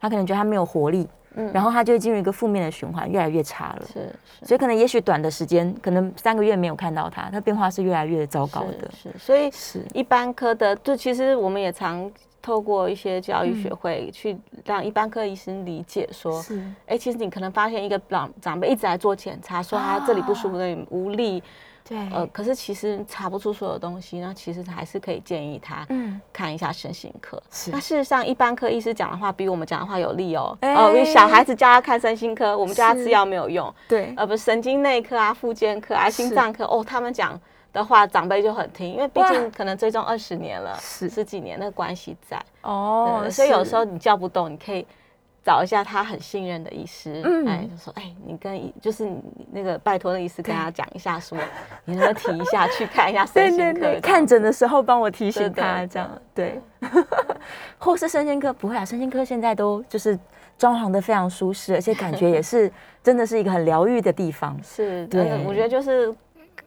S2: 他可能觉得他没有活力，
S3: 嗯
S2: 然后他就会进入一个负面的循环，越来越差了。
S3: 是是。
S2: 所以可能也许短的时间，可能三个月没有看到他，他变化是越来越糟糕的。
S3: 是是，所以
S2: 是
S3: 一般科的，就其实我们也常透过一些教育学会去让一般科医生理解说，
S2: 嗯是
S3: 哎、其实你可能发现一个老长辈一直在做检查，说他这里不舒服，那里无力，
S2: 啊对，
S3: 呃，可是其实查不出所有东西，那其实还是可以建议他
S2: 嗯，
S3: 看一下身心科。
S2: 是
S3: 那事实上，一般科医师讲的话比我们讲的话有力哦。
S2: 哎
S3: 哦，因为小孩子叫他看身心科，我们叫他
S2: 是
S3: 吃药没有用。
S2: 对，
S3: 呃，不是神经内科啊、复健科啊、心
S2: 是
S3: 脏科哦，他们讲的话，长辈就很听，因为毕
S2: 哇
S3: 竟可能追踪二十年了，
S2: 是
S3: 十几年那个关系在，
S2: 哦
S3: 对所以有时候你叫不动，你可以找一下他很信任的医师，
S2: 嗯
S3: 哎，就说，哎，你跟医就是你那个拜托那医师跟他讲一下说，你能不能提一下去看一下身
S2: 对
S3: 心
S2: 对
S3: 科这
S2: 对，
S3: 样
S2: 看诊的时候帮我提醒
S3: 对对
S2: 他
S3: 对
S2: 这样，对，或是生鲜科不会啊，生鲜科现在都就是装潢的非常舒适，而且感觉也
S3: [LAUGHS]
S2: 是真的是一个很疗愈的地方。
S3: 是，
S2: 对
S3: 对，我觉得就是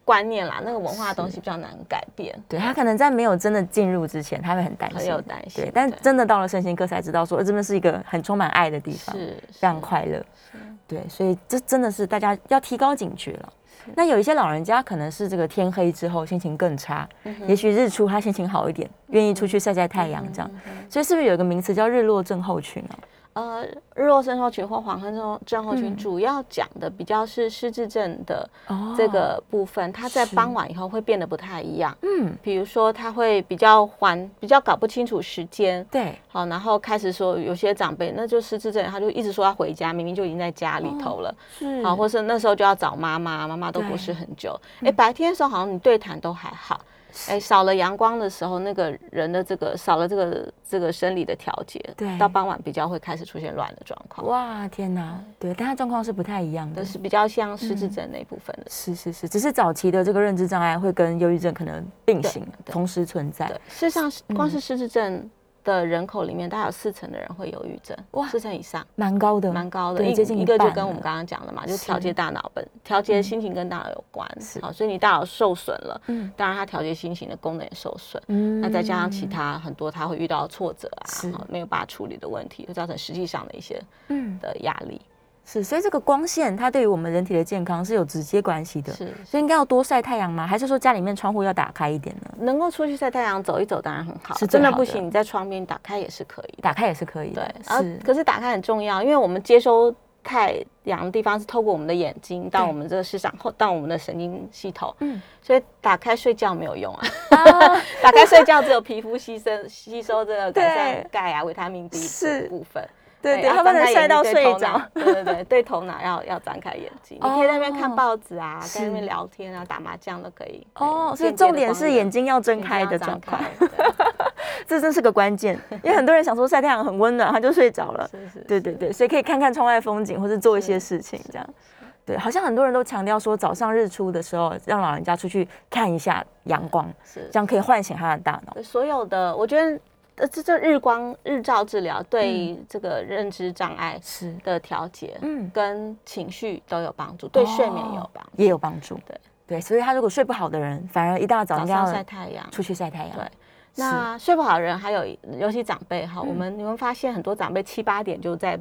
S3: 观念啦，那个文化的东西比较难改变，
S2: 对他可能在没有真的进入之前，他会很担心，
S3: 很有担心
S2: 对，但
S3: 对
S2: 真的到了身心科才知道说，呃真的是一个很充满爱的地方，
S3: 是
S2: 非常，快乐。对，所以这真的是大家要提高警觉了。那有一些老人家可能是这个天黑之后心情更差，
S3: 嗯
S2: 也许日出他心情好一点，愿意出去晒晒太阳这样。
S3: 嗯
S2: 所以是不是有一个名词叫日落症候群啊？
S3: 呃，日落症候群或黄昏症症候群
S2: 嗯
S3: 主要讲的比较是失智症的
S2: 哦
S3: 这个部分，它在
S2: 是
S3: 傍晚以后会变得不太一样，
S2: 嗯，
S3: 比如说他会比较还比较搞不清楚时间。
S2: 对，
S3: 好，然后开始说有些长辈，那就失智症，他就一直说要回家，明明就已经在家里头了，
S2: 是
S3: 好，或是那时候就要找妈妈，妈妈都不是很久。
S2: 嗯
S3: 哎、白天的时候好像你对谈都还好，哎、少了阳光的时候，那个人的这个少了这个这个生理的调节，
S2: 对
S3: 到傍晚比较会开始出现乱的状况，
S2: 哇天哪，对，但他状况是不太一样的
S3: 但。是比较像
S2: 嗯
S3: 失智症那一部分的。
S2: 是是是，只是早期的这个认知障碍会跟忧郁症可能并行，
S3: 对
S2: 同时存在
S3: 对。，事实上是，
S2: 嗯
S3: 光是失智症的人口里面，大概有四成的人会忧郁症，
S2: 哇
S3: 四成以上。
S2: 蛮高的，
S3: 蛮高的，
S2: 对，
S3: 一
S2: 接近
S3: 一个就
S2: 半
S3: 跟我们
S2: 了嗯
S3: 刚刚讲的嘛，就是调节大脑本，调节心情跟大脑有关
S2: 是。
S3: 好，所以你大脑受损了，
S2: 嗯
S3: 当然它调节心情的功能也受损。
S2: 嗯
S3: 那再加上其他很多他会遇到挫折啊
S2: 是，
S3: 好没有办法处理的问题，会造成实际上的一些
S2: 嗯
S3: 的压力。
S2: 是，所以这个光线它对于我们人体的健康是有直接关系的。
S3: 是
S2: 所以应该要多晒太阳吗？还是说家里面窗户要打开一点呢？
S3: 能够出去晒太阳走一走，当然很好。
S2: 是最
S3: 真的
S2: 好的
S3: 不行，你在窗边打开也是可以的。
S2: 打开也是可以
S3: 对
S2: 的，，
S3: 然后
S2: 是
S3: 可是打开很重要，因为我们接收太阳的地方是透过我们的眼睛到
S2: 对
S3: 我们这个市场后到我们的神经系统，
S2: 嗯
S3: 嗯，所以打开睡觉没有用啊，
S2: 啊
S3: [LAUGHS] 打开睡觉只有皮肤吸收吸收这个改
S2: 对
S3: 善钙啊、维他命 D
S2: 是
S3: 的部分。
S2: 对对，
S3: 要
S2: 他不能
S3: 啊张开眼
S2: 晒
S3: 睛
S2: 到
S3: 对
S2: 睡
S3: 头
S2: 着
S3: [LAUGHS] 脑。对对对，对头脑要要张开眼睛，你可以在那边
S2: 哦
S3: 看报纸啊，在
S2: 是
S3: 那边聊天啊，打麻将都可以。
S2: 哦，
S3: 嗯
S2: 所以
S3: 间接的
S2: 重点
S3: 帮
S2: 是
S3: 你
S2: 眼睛要睁
S3: 眼睛
S2: 开
S3: 要
S2: 的
S3: 张
S2: 状况，
S3: 开对
S2: 这真是个关
S3: [LAUGHS]
S2: 键。因为很多人想说晒太阳很温暖，他就睡着 [LAUGHS] 了。
S3: 是是，
S2: 对对对，所以可以看看窗外风景，或是做一些事情这样。对，好像很多人都强调说，早上日出的时候，让老人家出去看一下阳光，
S3: 是
S2: 这样可以唤醒他的大脑。
S3: 对所有的，我觉得呃，这这日光日照治疗对这个认知障碍
S2: 是，
S3: 的调节，
S2: 嗯哦
S3: 跟情绪都有帮助，对睡眠有帮助。
S2: 也有帮助。
S3: 对
S2: 对，所以他如果睡不好的人，反而一大早
S3: 早
S2: 应该要
S3: 上晒太阳，
S2: 出去晒太阳。
S3: 对那睡不好的人还有，尤其长辈哈，我们你们发现很多长辈七八点就在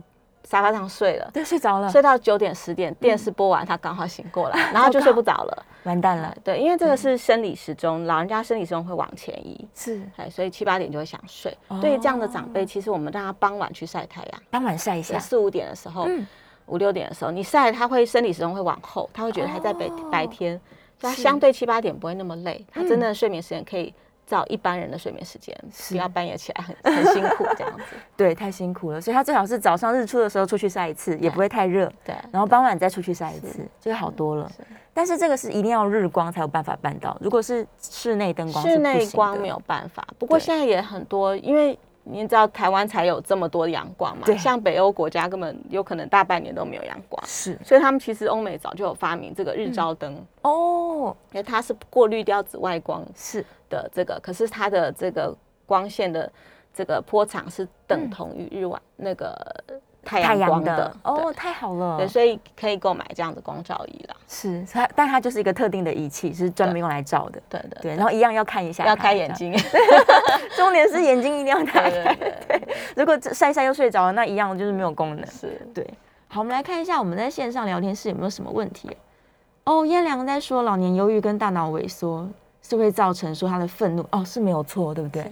S3: 沙发上睡了。
S2: 对，睡着了，
S3: 睡到九点十点，电视播完，他刚好醒过来，然后就睡不着了。
S2: 完蛋了。
S3: 对，因为这个是生理时钟，老人家生理时钟会往前移，
S2: 是，
S3: 哎，所以七八点就会想睡。对于这样的长辈，其实我们让他傍晚去晒太阳。
S2: 当晚晒一下嗯
S3: 对，。四五点的时候，五六点的时候，你晒它会生理时钟会往后，它会觉得还在白、
S2: 哦
S3: 白天，所以它相对七八点不会那么累，
S2: 嗯
S3: 它真的睡眠时间可以照一般人的睡眠时间，不要半夜起来很很辛苦这
S2: [LAUGHS]
S3: 样子。
S2: 对，太辛苦了，所以他最好是早上日出的时候出去晒一次，也不会太热。
S3: 对，
S2: 然后傍晚再出去晒一次，就会好多了。但是这个是一定要日光才有办法办到，如果是室内灯光是
S3: 室
S2: 不
S3: 内
S2: 行
S3: 光
S2: 的
S3: 没有办法，不过
S2: 对
S3: 现在也很多，因为。你也知道台湾才有这么多阳光嘛
S2: 对？
S3: 像北欧国家根本有可能大半年都没有阳光，
S2: 是
S3: 所以他们其实欧美早就有发明这个
S2: 嗯
S3: 日照灯，
S2: 哦，
S3: 因为它是过滤掉紫外光
S2: 是
S3: 的这个，可是它的这个光线的这个波长是等同于日晚、那个太
S2: 嗯太
S3: 阳
S2: 阳
S3: 光的
S2: 的哦，太好了，
S3: 对，对，所以可以购买这样的光照仪啦。
S2: 是它，但它就是一个特定的仪器，是专门用来照的。
S3: 对对
S2: 对，然后一样要看一下，
S3: 要开
S2: [LAUGHS]
S3: 眼，睛，
S2: 重点是眼睛一定要打
S3: 对
S2: 开
S3: 对。
S2: [LAUGHS]
S3: 对，
S2: 如果这晒一晒又睡着了，那一样就是没有功能。
S3: 是。
S2: 对，好，我们来看一下我们在线上聊天室有没有什么问题。哦，燕良在说老年忧郁跟大脑萎缩是会造成说他的愤怒，哦，是没有错，对不对？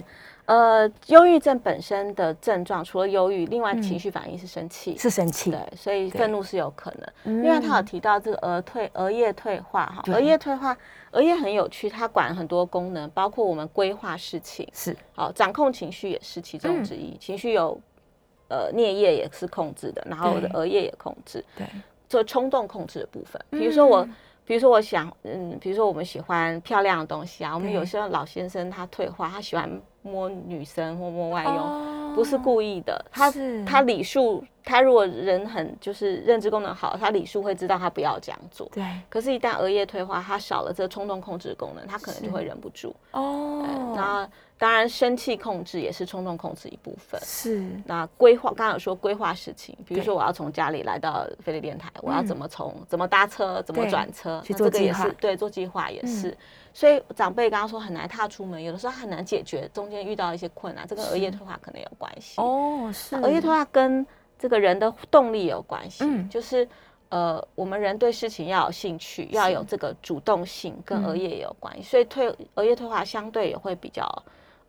S3: 呃，忧郁症本身的症状，除了忧郁，另外情绪反应是生气。
S2: 嗯是生气，
S3: 对，所以
S2: 对
S3: 愤怒是有可能。
S2: 嗯
S3: 另外，他有提到这个额退、额叶退化哈，
S2: 对
S3: 额叶退化，额叶很有趣，它管很多功能，包括我们规划事情，
S2: 是
S3: 好，掌控情绪也是其
S2: 嗯
S3: 中之一。情绪有，呃，颞叶也是控制的，然后我的
S2: 对
S3: 额叶也控制，
S2: 对，
S3: 做冲动控制的部分。比如说我，
S2: 嗯
S3: 比如说我想，嗯，比如说我们喜欢漂亮的东西啊，我们
S2: 对
S3: 有些老先生他退化，他喜欢摸女生或摸外佣，
S2: 哦
S3: 不是故意的，他
S2: 是
S3: 他礼数他如果人很就是认知功能好，他理数会知道他不要这样做。
S2: 对，
S3: 可是，一旦额叶退化，他少了这个冲动控制功能，他可能就会忍不住。
S2: 哦，
S3: 那当然，生气控制也是冲动控制一部分。
S2: 是，
S3: 那规划，刚刚有说规划事情，比如
S2: 对嗯
S3: 说我要从家里来到菲律宾台，我要怎么从、怎么搭车，怎么
S2: 对
S3: 转车，
S2: 去
S3: 那
S2: 做
S3: 这个
S2: 计
S3: 也
S2: 划嗯
S3: 是对做计划也是。所以长辈刚刚说很难踏出门，有的时候很难解决，中间遇到一些困难，这跟额叶退化可能有关系。
S2: 哦，是，
S3: 额叶退化跟这个人的动力有关系，
S2: 嗯
S3: 就是呃，我们人对事情要有兴趣，要有这个主动性，跟
S2: 嗯
S3: 额叶也有关系，所以退额叶退化相对也会比较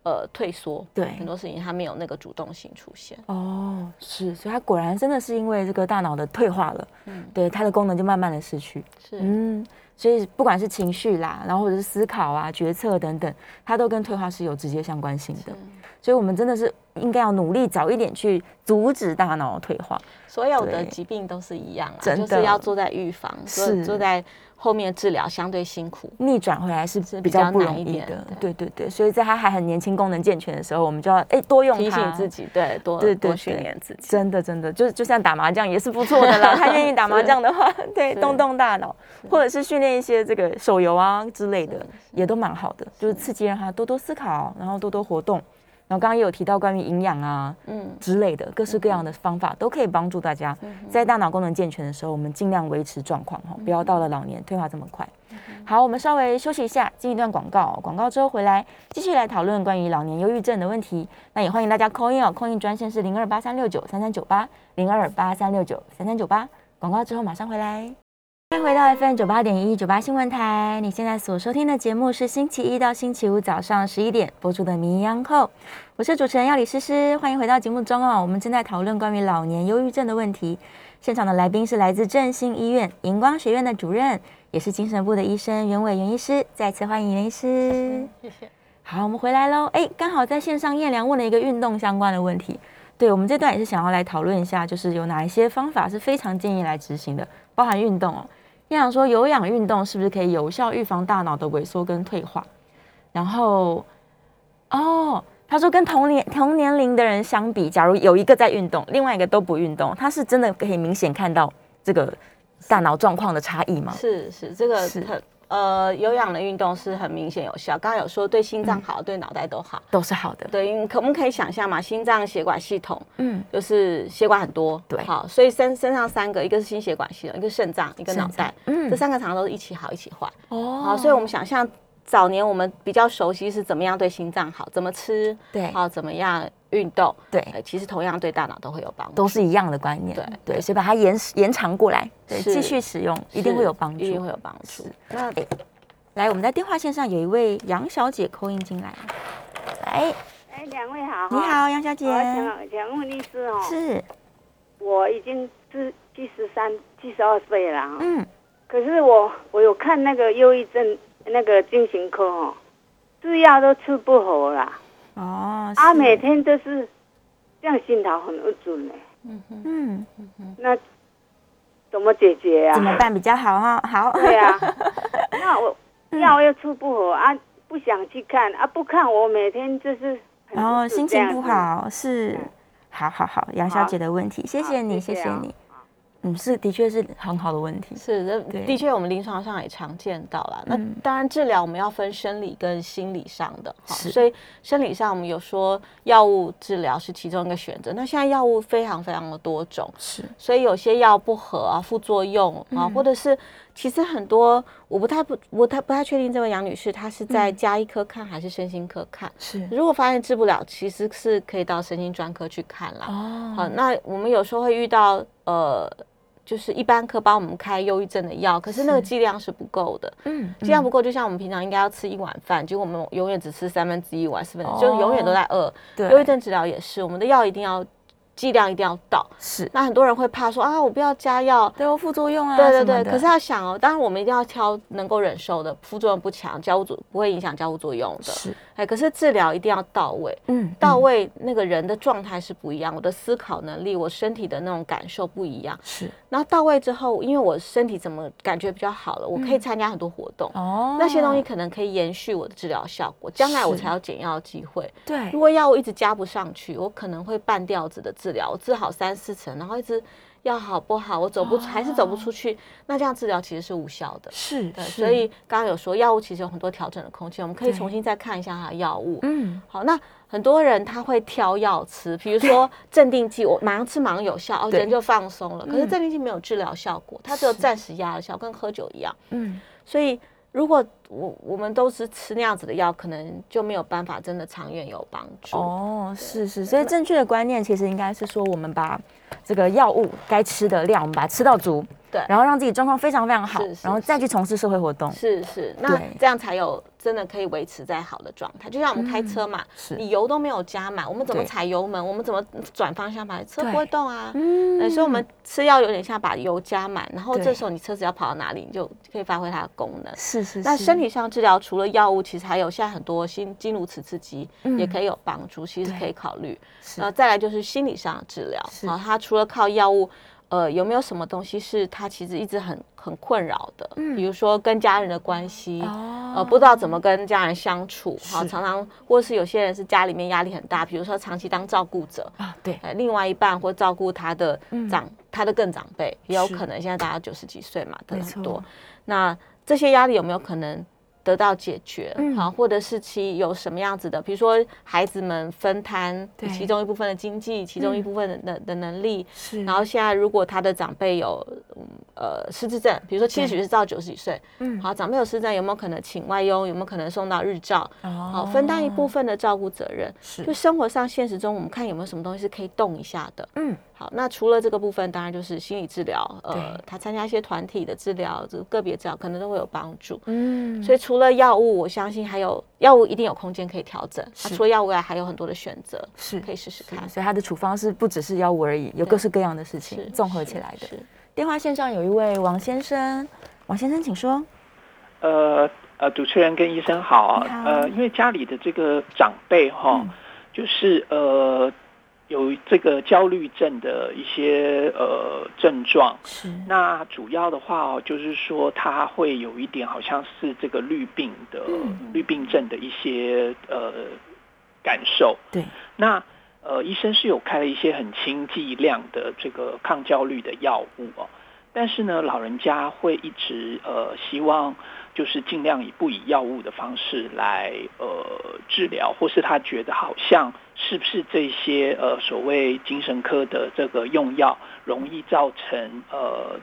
S3: 呃退缩，
S2: 对
S3: 很多事情它没有那个主动性出现，
S2: 哦，是，所以它果然真的是因为这个大脑的退化了，
S3: 嗯，
S2: 对它的功能就慢慢的失去。
S3: 是，
S2: 嗯，所以不管是情绪啦，然后或者是思考啊、决策等等，它都跟退化是有直接相关性的。所以我们真的是应该要努力早一点去阻止大脑退化。
S3: 所有的
S2: 对
S3: 疾病都是一样啊，
S2: 真
S3: 就
S2: 的
S3: 是要坐在预防，坐
S2: 是
S3: 坐在后面治疗相对辛苦，
S2: 逆转回来是
S3: 是
S2: 比
S3: 比
S2: 较
S3: 较
S2: 不
S3: 难
S2: 容
S3: 一
S2: 易
S3: 点
S2: 的，对
S3: 对
S2: 对对，所以在他还很年轻、功能健全的时候，我们就要哎、多用
S3: 提
S2: 它
S3: 醒自，己，对，多
S2: 对对
S3: 多
S2: 对
S3: 训练自己，
S2: 真的真的，就就像打麻将也是不错的
S3: [LAUGHS]
S2: 啦。他愿意打麻将的话， [LAUGHS] 对，
S3: 是
S2: 动动大脑，或者是训练一些这个手游啊之类的，也都蛮好的，就是刺激让他多多思考，然后多多活动。然后刚刚也有提到关于营养啊
S3: 嗯，
S2: 之类的各式各样的方法，都可以帮助大家在大脑功能健全的时候，我们尽量维持状况哈，不要到了老年退化这么快。好，我们稍微休息一下，进一段广告。广告之后回来，继续来讨论关于老年忧郁症的问题。那也欢迎大家 call in 哦，call in 专线是零二八三六九三三九八零二八三六九三三九八。广告之后马上回来。欢迎回到 FM 九八点一九八新闻台，你现在所收听的节目是星期一到星期五早上十一点播出的《名医央叩》，我是主持人药理诗诗，欢迎回到节目中哦。我们正在讨论关于老年忧郁症的问题，现场的来宾是来自振兴医院荧光学院的主任，也是精神部的医生袁伟袁医师，再次欢迎袁医师。
S3: 谢谢。
S2: 好，我们回来喽。哎，刚好在线上，燕良问了一个运动相关的问题。对我们这段也是想要来讨论一下，就是有哪一些方法是非常建议来执行的，包含运动哦。燕良说，有氧运动是不是可以有效预防大脑的萎缩跟退化？然后，哦，他说跟同年同年龄的人相比，假如有一个在运动，另外一个都不运动，他是真的可以明显看到这个大脑状况的差异吗？
S3: 是是，这个
S2: 是
S3: 很呃有氧的运动是很明显有效。刚刚有说对心脏
S2: 嗯
S3: 好，对脑袋都好。
S2: 都是好的。
S3: 对，因为可我们可以想象嘛，心脏血管系统
S2: 嗯，
S3: 就是血管很多，
S2: 对
S3: 好，所以身身上三个，一个是心血管系统，一个是肾脏，一个脑
S2: 肾脏
S3: 袋，
S2: 嗯
S3: 这三个常常都是一起好一起坏。
S2: 哦
S3: 好，所以我们想象早年我们比较熟悉是怎么样对心脏好，怎么吃，
S2: 对
S3: 好，怎么样运动，
S2: 对
S3: 呃，其实同样对大脑都会有帮助，
S2: 都是一样的观念，
S3: 对
S2: 对，所以把它延延长过来，对，
S3: 是
S2: 继续使用一定会有帮
S3: 一定会
S2: 助。
S3: 有帮助。那
S2: 来，我们在电话线上有一位杨小姐扣音进来，来，
S4: 哎，两位好
S2: 你
S4: 哈。
S2: 好，杨小姐，
S4: 我想想问律师哦，
S2: 是，
S4: 我已经是七十三、七十二岁了哈、
S2: 嗯，
S4: 可是我我有看那个忧郁症那个精神科哦，吃药都吃不好啦，
S2: 哦，
S4: 啊，
S2: 是
S4: 每，天都是这样心跳很不准呢，
S2: 嗯，
S4: 那怎么解决
S2: 怎么
S4: 啊？
S2: 办比较好哈？好，
S4: 对
S2: [LAUGHS]
S4: 啊，那我
S2: 嗯
S4: 药又吃不好啊，不想去看啊，不看我每天就是很
S2: 然后
S4: 不适
S2: 哦
S4: 啊
S2: 心
S4: 这
S2: 情
S4: 样
S2: 不
S4: 子，
S2: 好是，好好好，杨小姐的问题，谢谢
S4: 好
S2: 你，谢
S4: 谢谢
S2: 谢
S4: 啊
S2: 你，嗯，是的确是很好的问题，
S3: 是，
S2: 对
S3: 这的确我们临床上也常见到啦。那
S2: 嗯
S3: 当然治疗我们要分生理跟心理上的，哈
S2: 是
S3: 所以生理上我们有说药物治疗是其中一个选择。那现在药物非常非常的多种，
S2: 是，
S3: 所以有些药不合啊，副作用啊，
S2: 嗯
S3: 或者是其实很多我不太不我太不太确定这位杨女士她是在
S2: 嗯
S3: 加医科看还是身心科看。
S2: 是，
S3: 如果发现治不了，其实是可以到神经专科去看啦。好，
S2: 哦，
S3: 那我们有时候会遇到呃，就是一般科帮我们开忧郁症的药，可是那个
S2: 是
S3: 剂量是不够的，
S2: 嗯，
S3: 剂量
S2: 嗯
S3: 不够，就像我们平常应该要吃一碗饭，结果我们永远只吃三分之一碗、四分之
S2: 哦
S3: 一，就永远都在饿。忧郁
S2: 对，
S3: 症治疗也是，我们的药一定要剂量一定要到。
S2: 是，
S3: 那很多人会怕说啊，我不要加药。
S2: 对哦，副作用啊，
S3: 对
S2: 什
S3: 对
S2: 么
S3: 对，
S2: 的
S3: 可是要想哦，当然我们一定要挑能够忍受的，副作用不强，交互作不会影响交互作用的。
S2: 是，
S3: 哎，可是治疗一定要到位，
S2: 嗯，
S3: 到
S2: 嗯
S3: 位那个人的状态是不一样，我的思考能力，我身体的那种感受不一样。
S2: 是
S3: 然后到位之后，因为我身体怎么感觉比较好了，我可以参加很多活动，
S2: 嗯哦，
S3: 那些东西可能可以延续我的治疗效果，将来我才有减药机会。
S2: 对
S3: 如，果药物一直加不上去，我可能会半吊子的治疗，我治好三四成，然后一直药好不好，我
S2: 哦
S3: 走不出、还是走不出去，那这样治疗其实是无效的。
S2: 是，
S3: 对，
S2: 是
S3: 所以刚刚有说药物其实有很多调整的空间，我们可以
S2: 对
S3: 重新再看一下它的药物。
S2: 嗯，
S3: 好，那很多人他会挑药吃，比如说镇定剂，我马上吃马上有效，哦，
S2: 对
S3: 人就放松了。可是
S2: 嗯
S3: 镇定剂没有治疗效果，它只有暂时压了效，跟喝酒一样。
S2: 嗯，
S3: 所以如果我我们都是吃那样子的药，可能就没有办法真的长远有帮助。
S2: 哦，是是，所以正确的观念其实应该是说，我们把这个药物该吃的量，我们把它吃到足，
S3: 对
S2: 然后让自己状况非常非常好
S3: 是，是
S2: 然后再去从事社会活动，
S3: 是是，那
S2: 对
S3: 这样才有真的可以维持在好的状态。就像我们开车嘛，
S2: 是
S3: 你油都没有加满，我们怎
S2: 嗯
S3: 么
S2: 对
S3: 踩油门？我们怎么转方向盘？车
S2: 对
S3: 不会动啊。
S2: 嗯
S3: 呃所以我们吃药有点像把油加满，然后
S2: 对
S3: 这时候你车子要跑到哪里，你就可以发挥它的功能。
S2: 是是，
S3: 那
S2: 是
S3: 身体上治疗除了药物，其实还有现在很多新经颅磁刺激、
S2: 嗯
S3: 也可以有帮助，其实
S2: 对
S3: 可以考虑。
S2: 是
S3: 呃，再来就是心理上的治疗，
S2: 是
S3: 好，它除了靠药物，呃，有没有什么东西是他其实一直很很困扰的？
S2: 嗯
S3: 比如说跟家人的关系，
S2: 哦
S3: 呃，不知道怎么跟家人相处，好，
S2: 是
S3: 常常或是有些人是家里面压力很大，比如说长期当照顾者，
S2: 啊，对，
S3: 呃，另外一半或照顾他的长、他的更长辈，也有
S2: 嗯是
S3: 可能现在大家九十几岁嘛，可
S2: 没
S3: 能
S2: 错
S3: 很多。那这些压力有没有可能得到解决？
S2: 嗯
S3: 好，或者是其有什么样子的？比如说孩子们分摊
S2: 对
S3: 其中一部分的经济，其中一
S2: 嗯
S3: 部分的的的能力。
S2: 是，
S3: 然后现在如果他的长辈有嗯呃失智症，比如说七
S2: 对
S3: 十几岁到九十几岁，
S2: 嗯
S3: 好，长辈有失智症有没有可能请外佣？有没有可能送到日照？好，
S2: 哦
S3: 分担一部分的照顾责任。
S2: 是
S3: 就生活上现实中，我们看有没有什么东西是可以动一下的。
S2: 嗯，
S3: 好，那除了这个部分，当然就是心理治疗，呃
S2: 对，
S3: 他参加一些团体的治疗，这个个别治疗可能都会有帮助。
S2: 嗯，
S3: 所以除了药物，我相信还有药物一定有空间可以调整。啊
S2: 是
S3: 除了药物外，还有很多的选择
S2: 是
S3: 可以试试
S2: 是
S3: 看。
S2: 所以它的处方是不只是药物而已，有各式各样的事情综合起来的。
S3: 是
S2: 电话线上有一位王先生，王先生请说。
S5: 呃呃，主持人跟医生好
S2: 你好
S5: 啊。呃，因为家里的这个长辈哈、
S2: 嗯
S5: 就是呃有这个焦虑症的一些呃症状。
S2: 是，
S5: 那主要的话哦，就是说他会有一点好像是这个绿病的、
S2: 嗯
S5: 绿病症的一些呃感受。
S2: 对，
S5: 那呃，医生是有开了一些很轻剂量的这个抗焦虑的药物哦，但是呢，老人家会一直呃希望就是尽量以不以药物的方式来呃治疗，或是他觉得好像是不是这些呃所谓精神科的这个用药容易造成呃。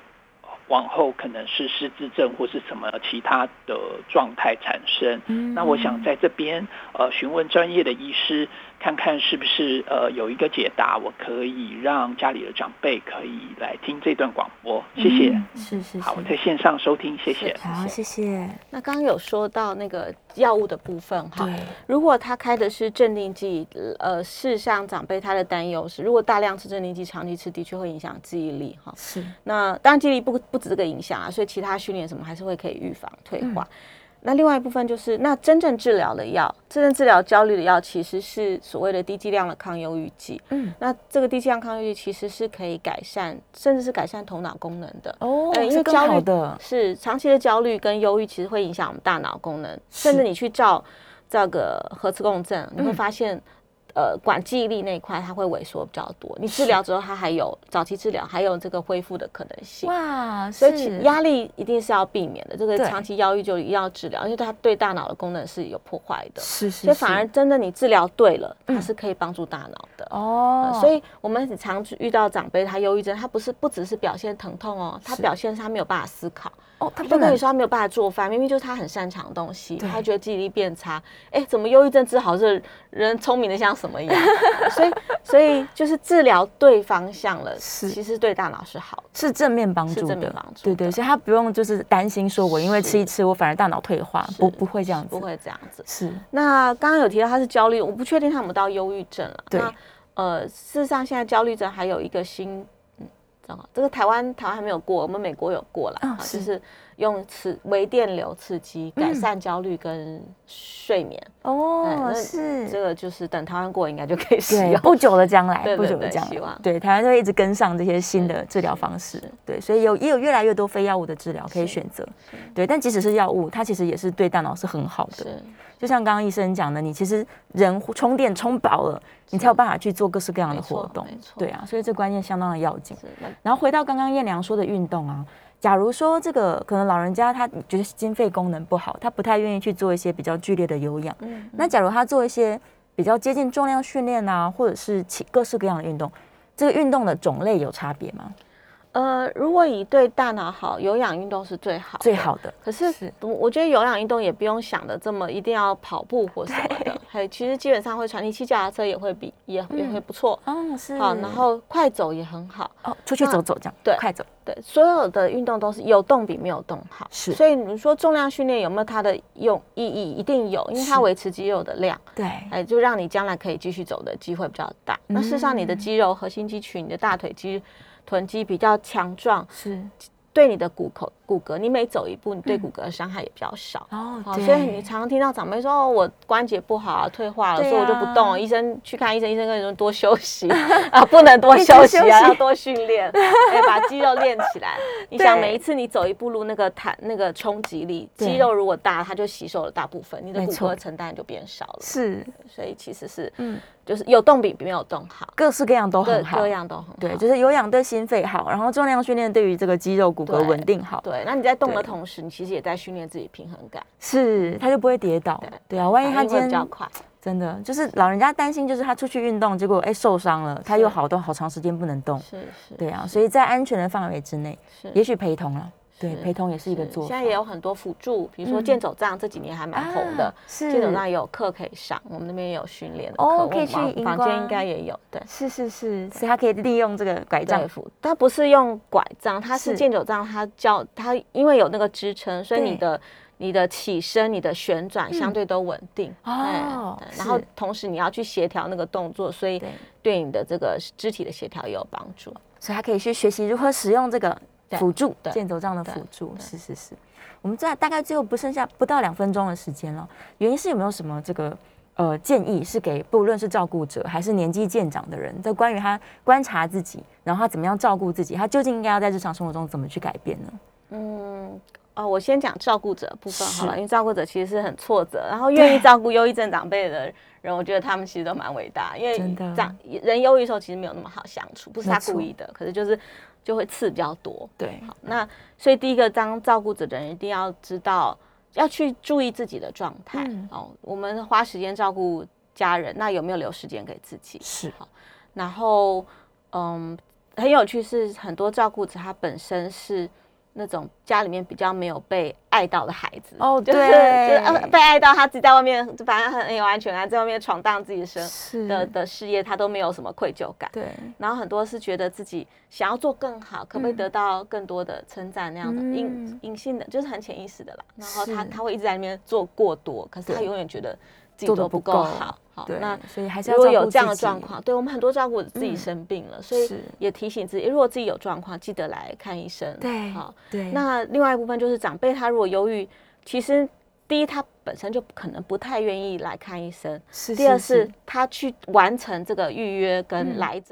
S5: 往后可能是失智症或是什么其他的状态产生，
S2: 嗯
S5: 那我想在这边呃询问专业的医师，看看是不是呃有一个解答，我可以让家里的长辈可以来听这段广播，谢谢。
S2: 嗯是是是，
S5: 好，我在线上收听，谢谢。
S2: 好，谢谢。
S3: 那刚刚有说到那个药物的部分哈，
S2: 对，
S3: 如果他开的是镇定剂，呃，事实上长辈他的担忧是，如果大量吃镇定剂，长期吃的确会影响记忆力哈。
S2: 是
S3: 那当然记忆力不不止这个影响啊，所以其他训练什么还是会可以预防退化。那另外一部分就是，那真正治疗的药，真正治疗焦虑的药其实是所谓的低剂量的抗忧郁剂。
S2: 嗯，
S3: 那这个低剂量抗忧郁剂其实是可以改善，甚至是改善头脑功能的。
S2: 哦，
S3: 呃因
S2: 是
S3: 为
S2: 更
S3: 焦
S2: 好
S3: 虑
S2: 的，
S3: 是长期的焦虑跟忧郁，其实会影响我们大脑功能，甚至你去照照个核磁共振，你会发现，呃，管记忆力那一块它会萎缩比较多。你治疗之后，它还有早期治疗，还有这个恢复的可能性。
S2: 哇，
S3: 所
S2: 所
S3: 以其压力一定是要避免的，这个
S2: 对
S3: 长期忧郁就一定要治疗，因为它对大脑的功能是有破坏的。
S2: 是是，
S3: 所以反
S2: 是
S3: 而真的你治疗对了，它
S2: 嗯
S3: 是可以帮助大脑的。
S2: 哦
S3: 呃，所以我们很常遇到长辈，他忧郁症，他不是不只是表现疼痛哦，他
S2: 是
S3: 表现是他没有办法思考，
S2: 哦，他
S3: 就
S2: 不
S3: 跟
S2: 能
S3: 你说他没有办法做饭，明明就是他很擅长的东西，
S2: 对
S3: 他觉得记忆力变差，哎，怎么忧郁症治好这人聪明的像什么一样？ [LAUGHS] 所以，所以就是治疗对方向了，
S2: 是
S3: 其实对大脑是好的，
S2: 是正面帮助
S3: 是正面
S2: 的
S3: 帮助
S2: 对对，
S3: 的
S2: 所以他不用就是担心说我因为吃一吃我反而大脑退化，
S3: 是
S2: 啊不不会这样子，
S3: 不会这样子。
S2: 是
S3: 那刚刚有提到他是焦虑，我不确定他有没有到忧郁症了。
S2: 对
S3: 那呃，事实上现在焦虑症还有一个新，嗯，糟糕，这个台湾台湾还没有过，我们美国有过了、
S2: 啊
S3: 就是是用刺微电流刺激改善焦虑跟睡眠。对
S2: 哦，
S3: 那这
S2: 是，
S3: 个就是等台湾过了应该就可以使
S2: 对，
S3: 用。
S2: 不久的将来，
S3: 对对
S2: 不久的
S3: 对
S2: 将
S3: 希
S2: 来
S3: 望，
S2: 对，台湾就会一直跟上这些新的
S3: 对
S2: 治疗
S3: 是
S2: 方式
S3: 是，
S2: 对，所以有也有越来越多非药物的治疗可以
S3: 是
S2: 选择，对，但即使是药物，它其实也是对大脑是很好的，
S3: 是
S2: 就像刚刚医生讲的，你其实人充电充饱了，你才有办法去做各式各样的
S3: 没错
S2: 活动
S3: 没。错
S2: 对啊，所以这观念相当的要紧。
S3: 是，那
S2: 然后回到刚刚燕良说的运动啊，假如说这个可能老人家他觉得心肺功能不好，他不太愿意去做一些比较剧烈的有氧。
S3: 嗯，
S2: 那假如他做一些比较接近重量训练啊，或者是其各式各样的运动，这个运动的种类有差别吗？
S3: 呃，如果以对大脑好，有氧运动是最好的
S2: 最。好的
S3: 可是
S2: 是
S3: 我我觉得有氧运动也不用想的这么一定要跑步或什么的，还其实基本上会传，你骑脚踏车也会比也也会不错。
S2: 哦，是
S3: 好，然后快走也很好，
S2: 哦，出去走走这样，
S3: 对
S2: 快走
S3: 对，所有的运动都是有动比没有动好。
S2: 是
S3: 所以你说重量训练有没有它的用意义？一定有，因为它
S2: 是
S3: 维持肌肉的量，
S2: 对，
S3: 哎，就让你将来可以继续走的机会比较大。那事实上，你
S2: 嗯
S3: 的肌肉、核心肌群、你的大腿肌、臀肌比较强壮，
S2: 是
S3: 对你的骨骼骨骼，你每走一步，你
S2: 嗯
S3: 对骨骼的伤害也比较少。
S2: 哦，
S3: 好，
S2: 对
S3: 所以你常常听到长辈说：“哦，我关节不好啊，退化了，
S2: 对
S3: 所以我就不动
S2: 啊
S3: 了。”医生去看医生，医生跟你说多休息 [LAUGHS] 啊，不能多
S2: 一直
S3: 休息
S2: 休
S3: 啊，
S2: 息
S3: 要多训练，哎，把肌肉练起来。你
S2: [LAUGHS]
S3: 想
S2: 对
S3: 每一次你走一步路，那个弹那个冲击力，
S2: 对
S3: 肌肉如果大，它就吸收了大部分，你的
S2: 没
S3: 骨
S2: 错
S3: 骼承担就变少了。
S2: 是
S3: 所以其实是，
S2: 嗯
S3: 嗯，就是有动比没有动好，
S2: 各式各样都
S3: 各
S2: 很好，
S3: 各样都很好。
S2: 对，就是有氧对心肺好，然后重量训练对于这个肌肉骨骼
S3: 对
S2: 稳定好，
S3: 对，那你在动
S2: 对
S3: 的同时，你其实也在训练自己平衡感，
S2: 是它就不会跌倒
S3: 对。
S2: 对啊，万一
S3: 反
S2: 他
S3: 应
S2: 今
S3: 会比较
S2: 天
S3: 快。
S2: 真的就是老人家担心，就是他出去运动，结果哎受伤了，他又
S3: 是
S2: 好多好长时间不能动。
S3: 是是，
S2: 对啊，所以在安全的范围之内，
S3: 是
S2: 也许陪同了，对，
S3: 是
S2: 陪同也是一个
S3: 是
S2: 做法。
S3: 嗯现在也有很多辅助，比如说
S2: 嗯
S3: 健走杖，这几年还蛮红的
S2: 啊。
S3: 健走
S2: 是
S3: 杖也有课可以上，我们那边也有训练的课，
S2: 哦
S3: 我
S2: 可以去
S3: 房
S2: 荧
S3: 房
S2: 光
S3: 间应该也有。对，
S2: 是是是，所以他可以利用这个拐杖
S3: 丈，夫它不是用拐杖，它是
S2: 是
S3: 健走杖，它叫它因为有那个支撑，所以
S2: 对
S3: 你的。你的起身、你的旋转相对都稳定哎
S2: 哦
S3: 对然后
S2: 是
S3: 同时你要去协调那个动作，所以
S2: 对
S3: 对你的这个肢体的协调也有帮助。
S2: 所以他可以去学习如何使用这个
S3: 对
S2: 辅助
S3: 对
S2: 箭头这样的辅
S3: 对
S2: 助。
S3: 对
S2: 是是是，我们在大概最后不剩下不到两分钟的时间了，哦原因是有没有什么这个呃建议是给不论是照顾者还是年纪渐长的人，在关于他观察自己，然后他怎么样照顾自己，他究竟应该要在日常生活中怎么去改变呢？
S3: 嗯，哦，我先讲照顾者的部分好了，
S2: 是
S3: 因为照顾者其实是很挫折，然后愿意照顾忧郁症长辈的人，我觉得他们其实都蛮伟大，因为
S2: 真的
S3: 长人忧郁的时候其实没有那么好相处，不是
S2: 没
S3: 他
S2: 错
S3: 故意的，可是就是就会刺比较多。
S2: 对，
S3: 好，那所以第一个，当照顾者的人一定要知道要去注意自己的状态、
S2: 嗯
S3: 哦。我们花时间照顾家人，那有没有留时间给自己？
S2: 是
S3: 然后，嗯，很有趣是，很多照顾者他本身是那种家里面比较没有被爱到的孩子，
S2: 哦
S3: 就是就是、呃、
S2: 对
S3: 被爱到，他自己在外面反正很有安全感，在外面闯荡自己的生
S2: 是
S3: 的的事业，他都没有什么愧疚感。
S2: 对
S3: 然后很多是觉得自己想要做更好，可不可以
S2: 嗯
S3: 得到更多的称赞那样的
S2: 嗯
S3: 隐隐性的，就是很潜意识的啦。然后他
S2: 是
S3: 他会一直在那边做过多，可是他
S2: 对
S3: 永远觉得自己
S2: 做得
S3: 做
S2: 不
S3: 不够
S2: 够
S3: 好。好，
S2: 对
S3: 那，
S2: 所以还是要
S3: 如果
S2: 照
S3: 有
S2: 顾
S3: 这样的
S2: 自己
S3: 状况，对我们很多照顾者自己
S2: 嗯
S3: 生病了，所以
S2: 是
S3: 也提醒自己，如果自己有状况，记得来看医生。
S2: 对
S3: 好。
S2: 对
S3: 那另外一部分就是长辈他如果忧郁，其实第一他本身就可能不太愿意来看医生，
S2: 是
S3: 第二
S2: 是嗯
S3: 是他去完成这个预约跟来诊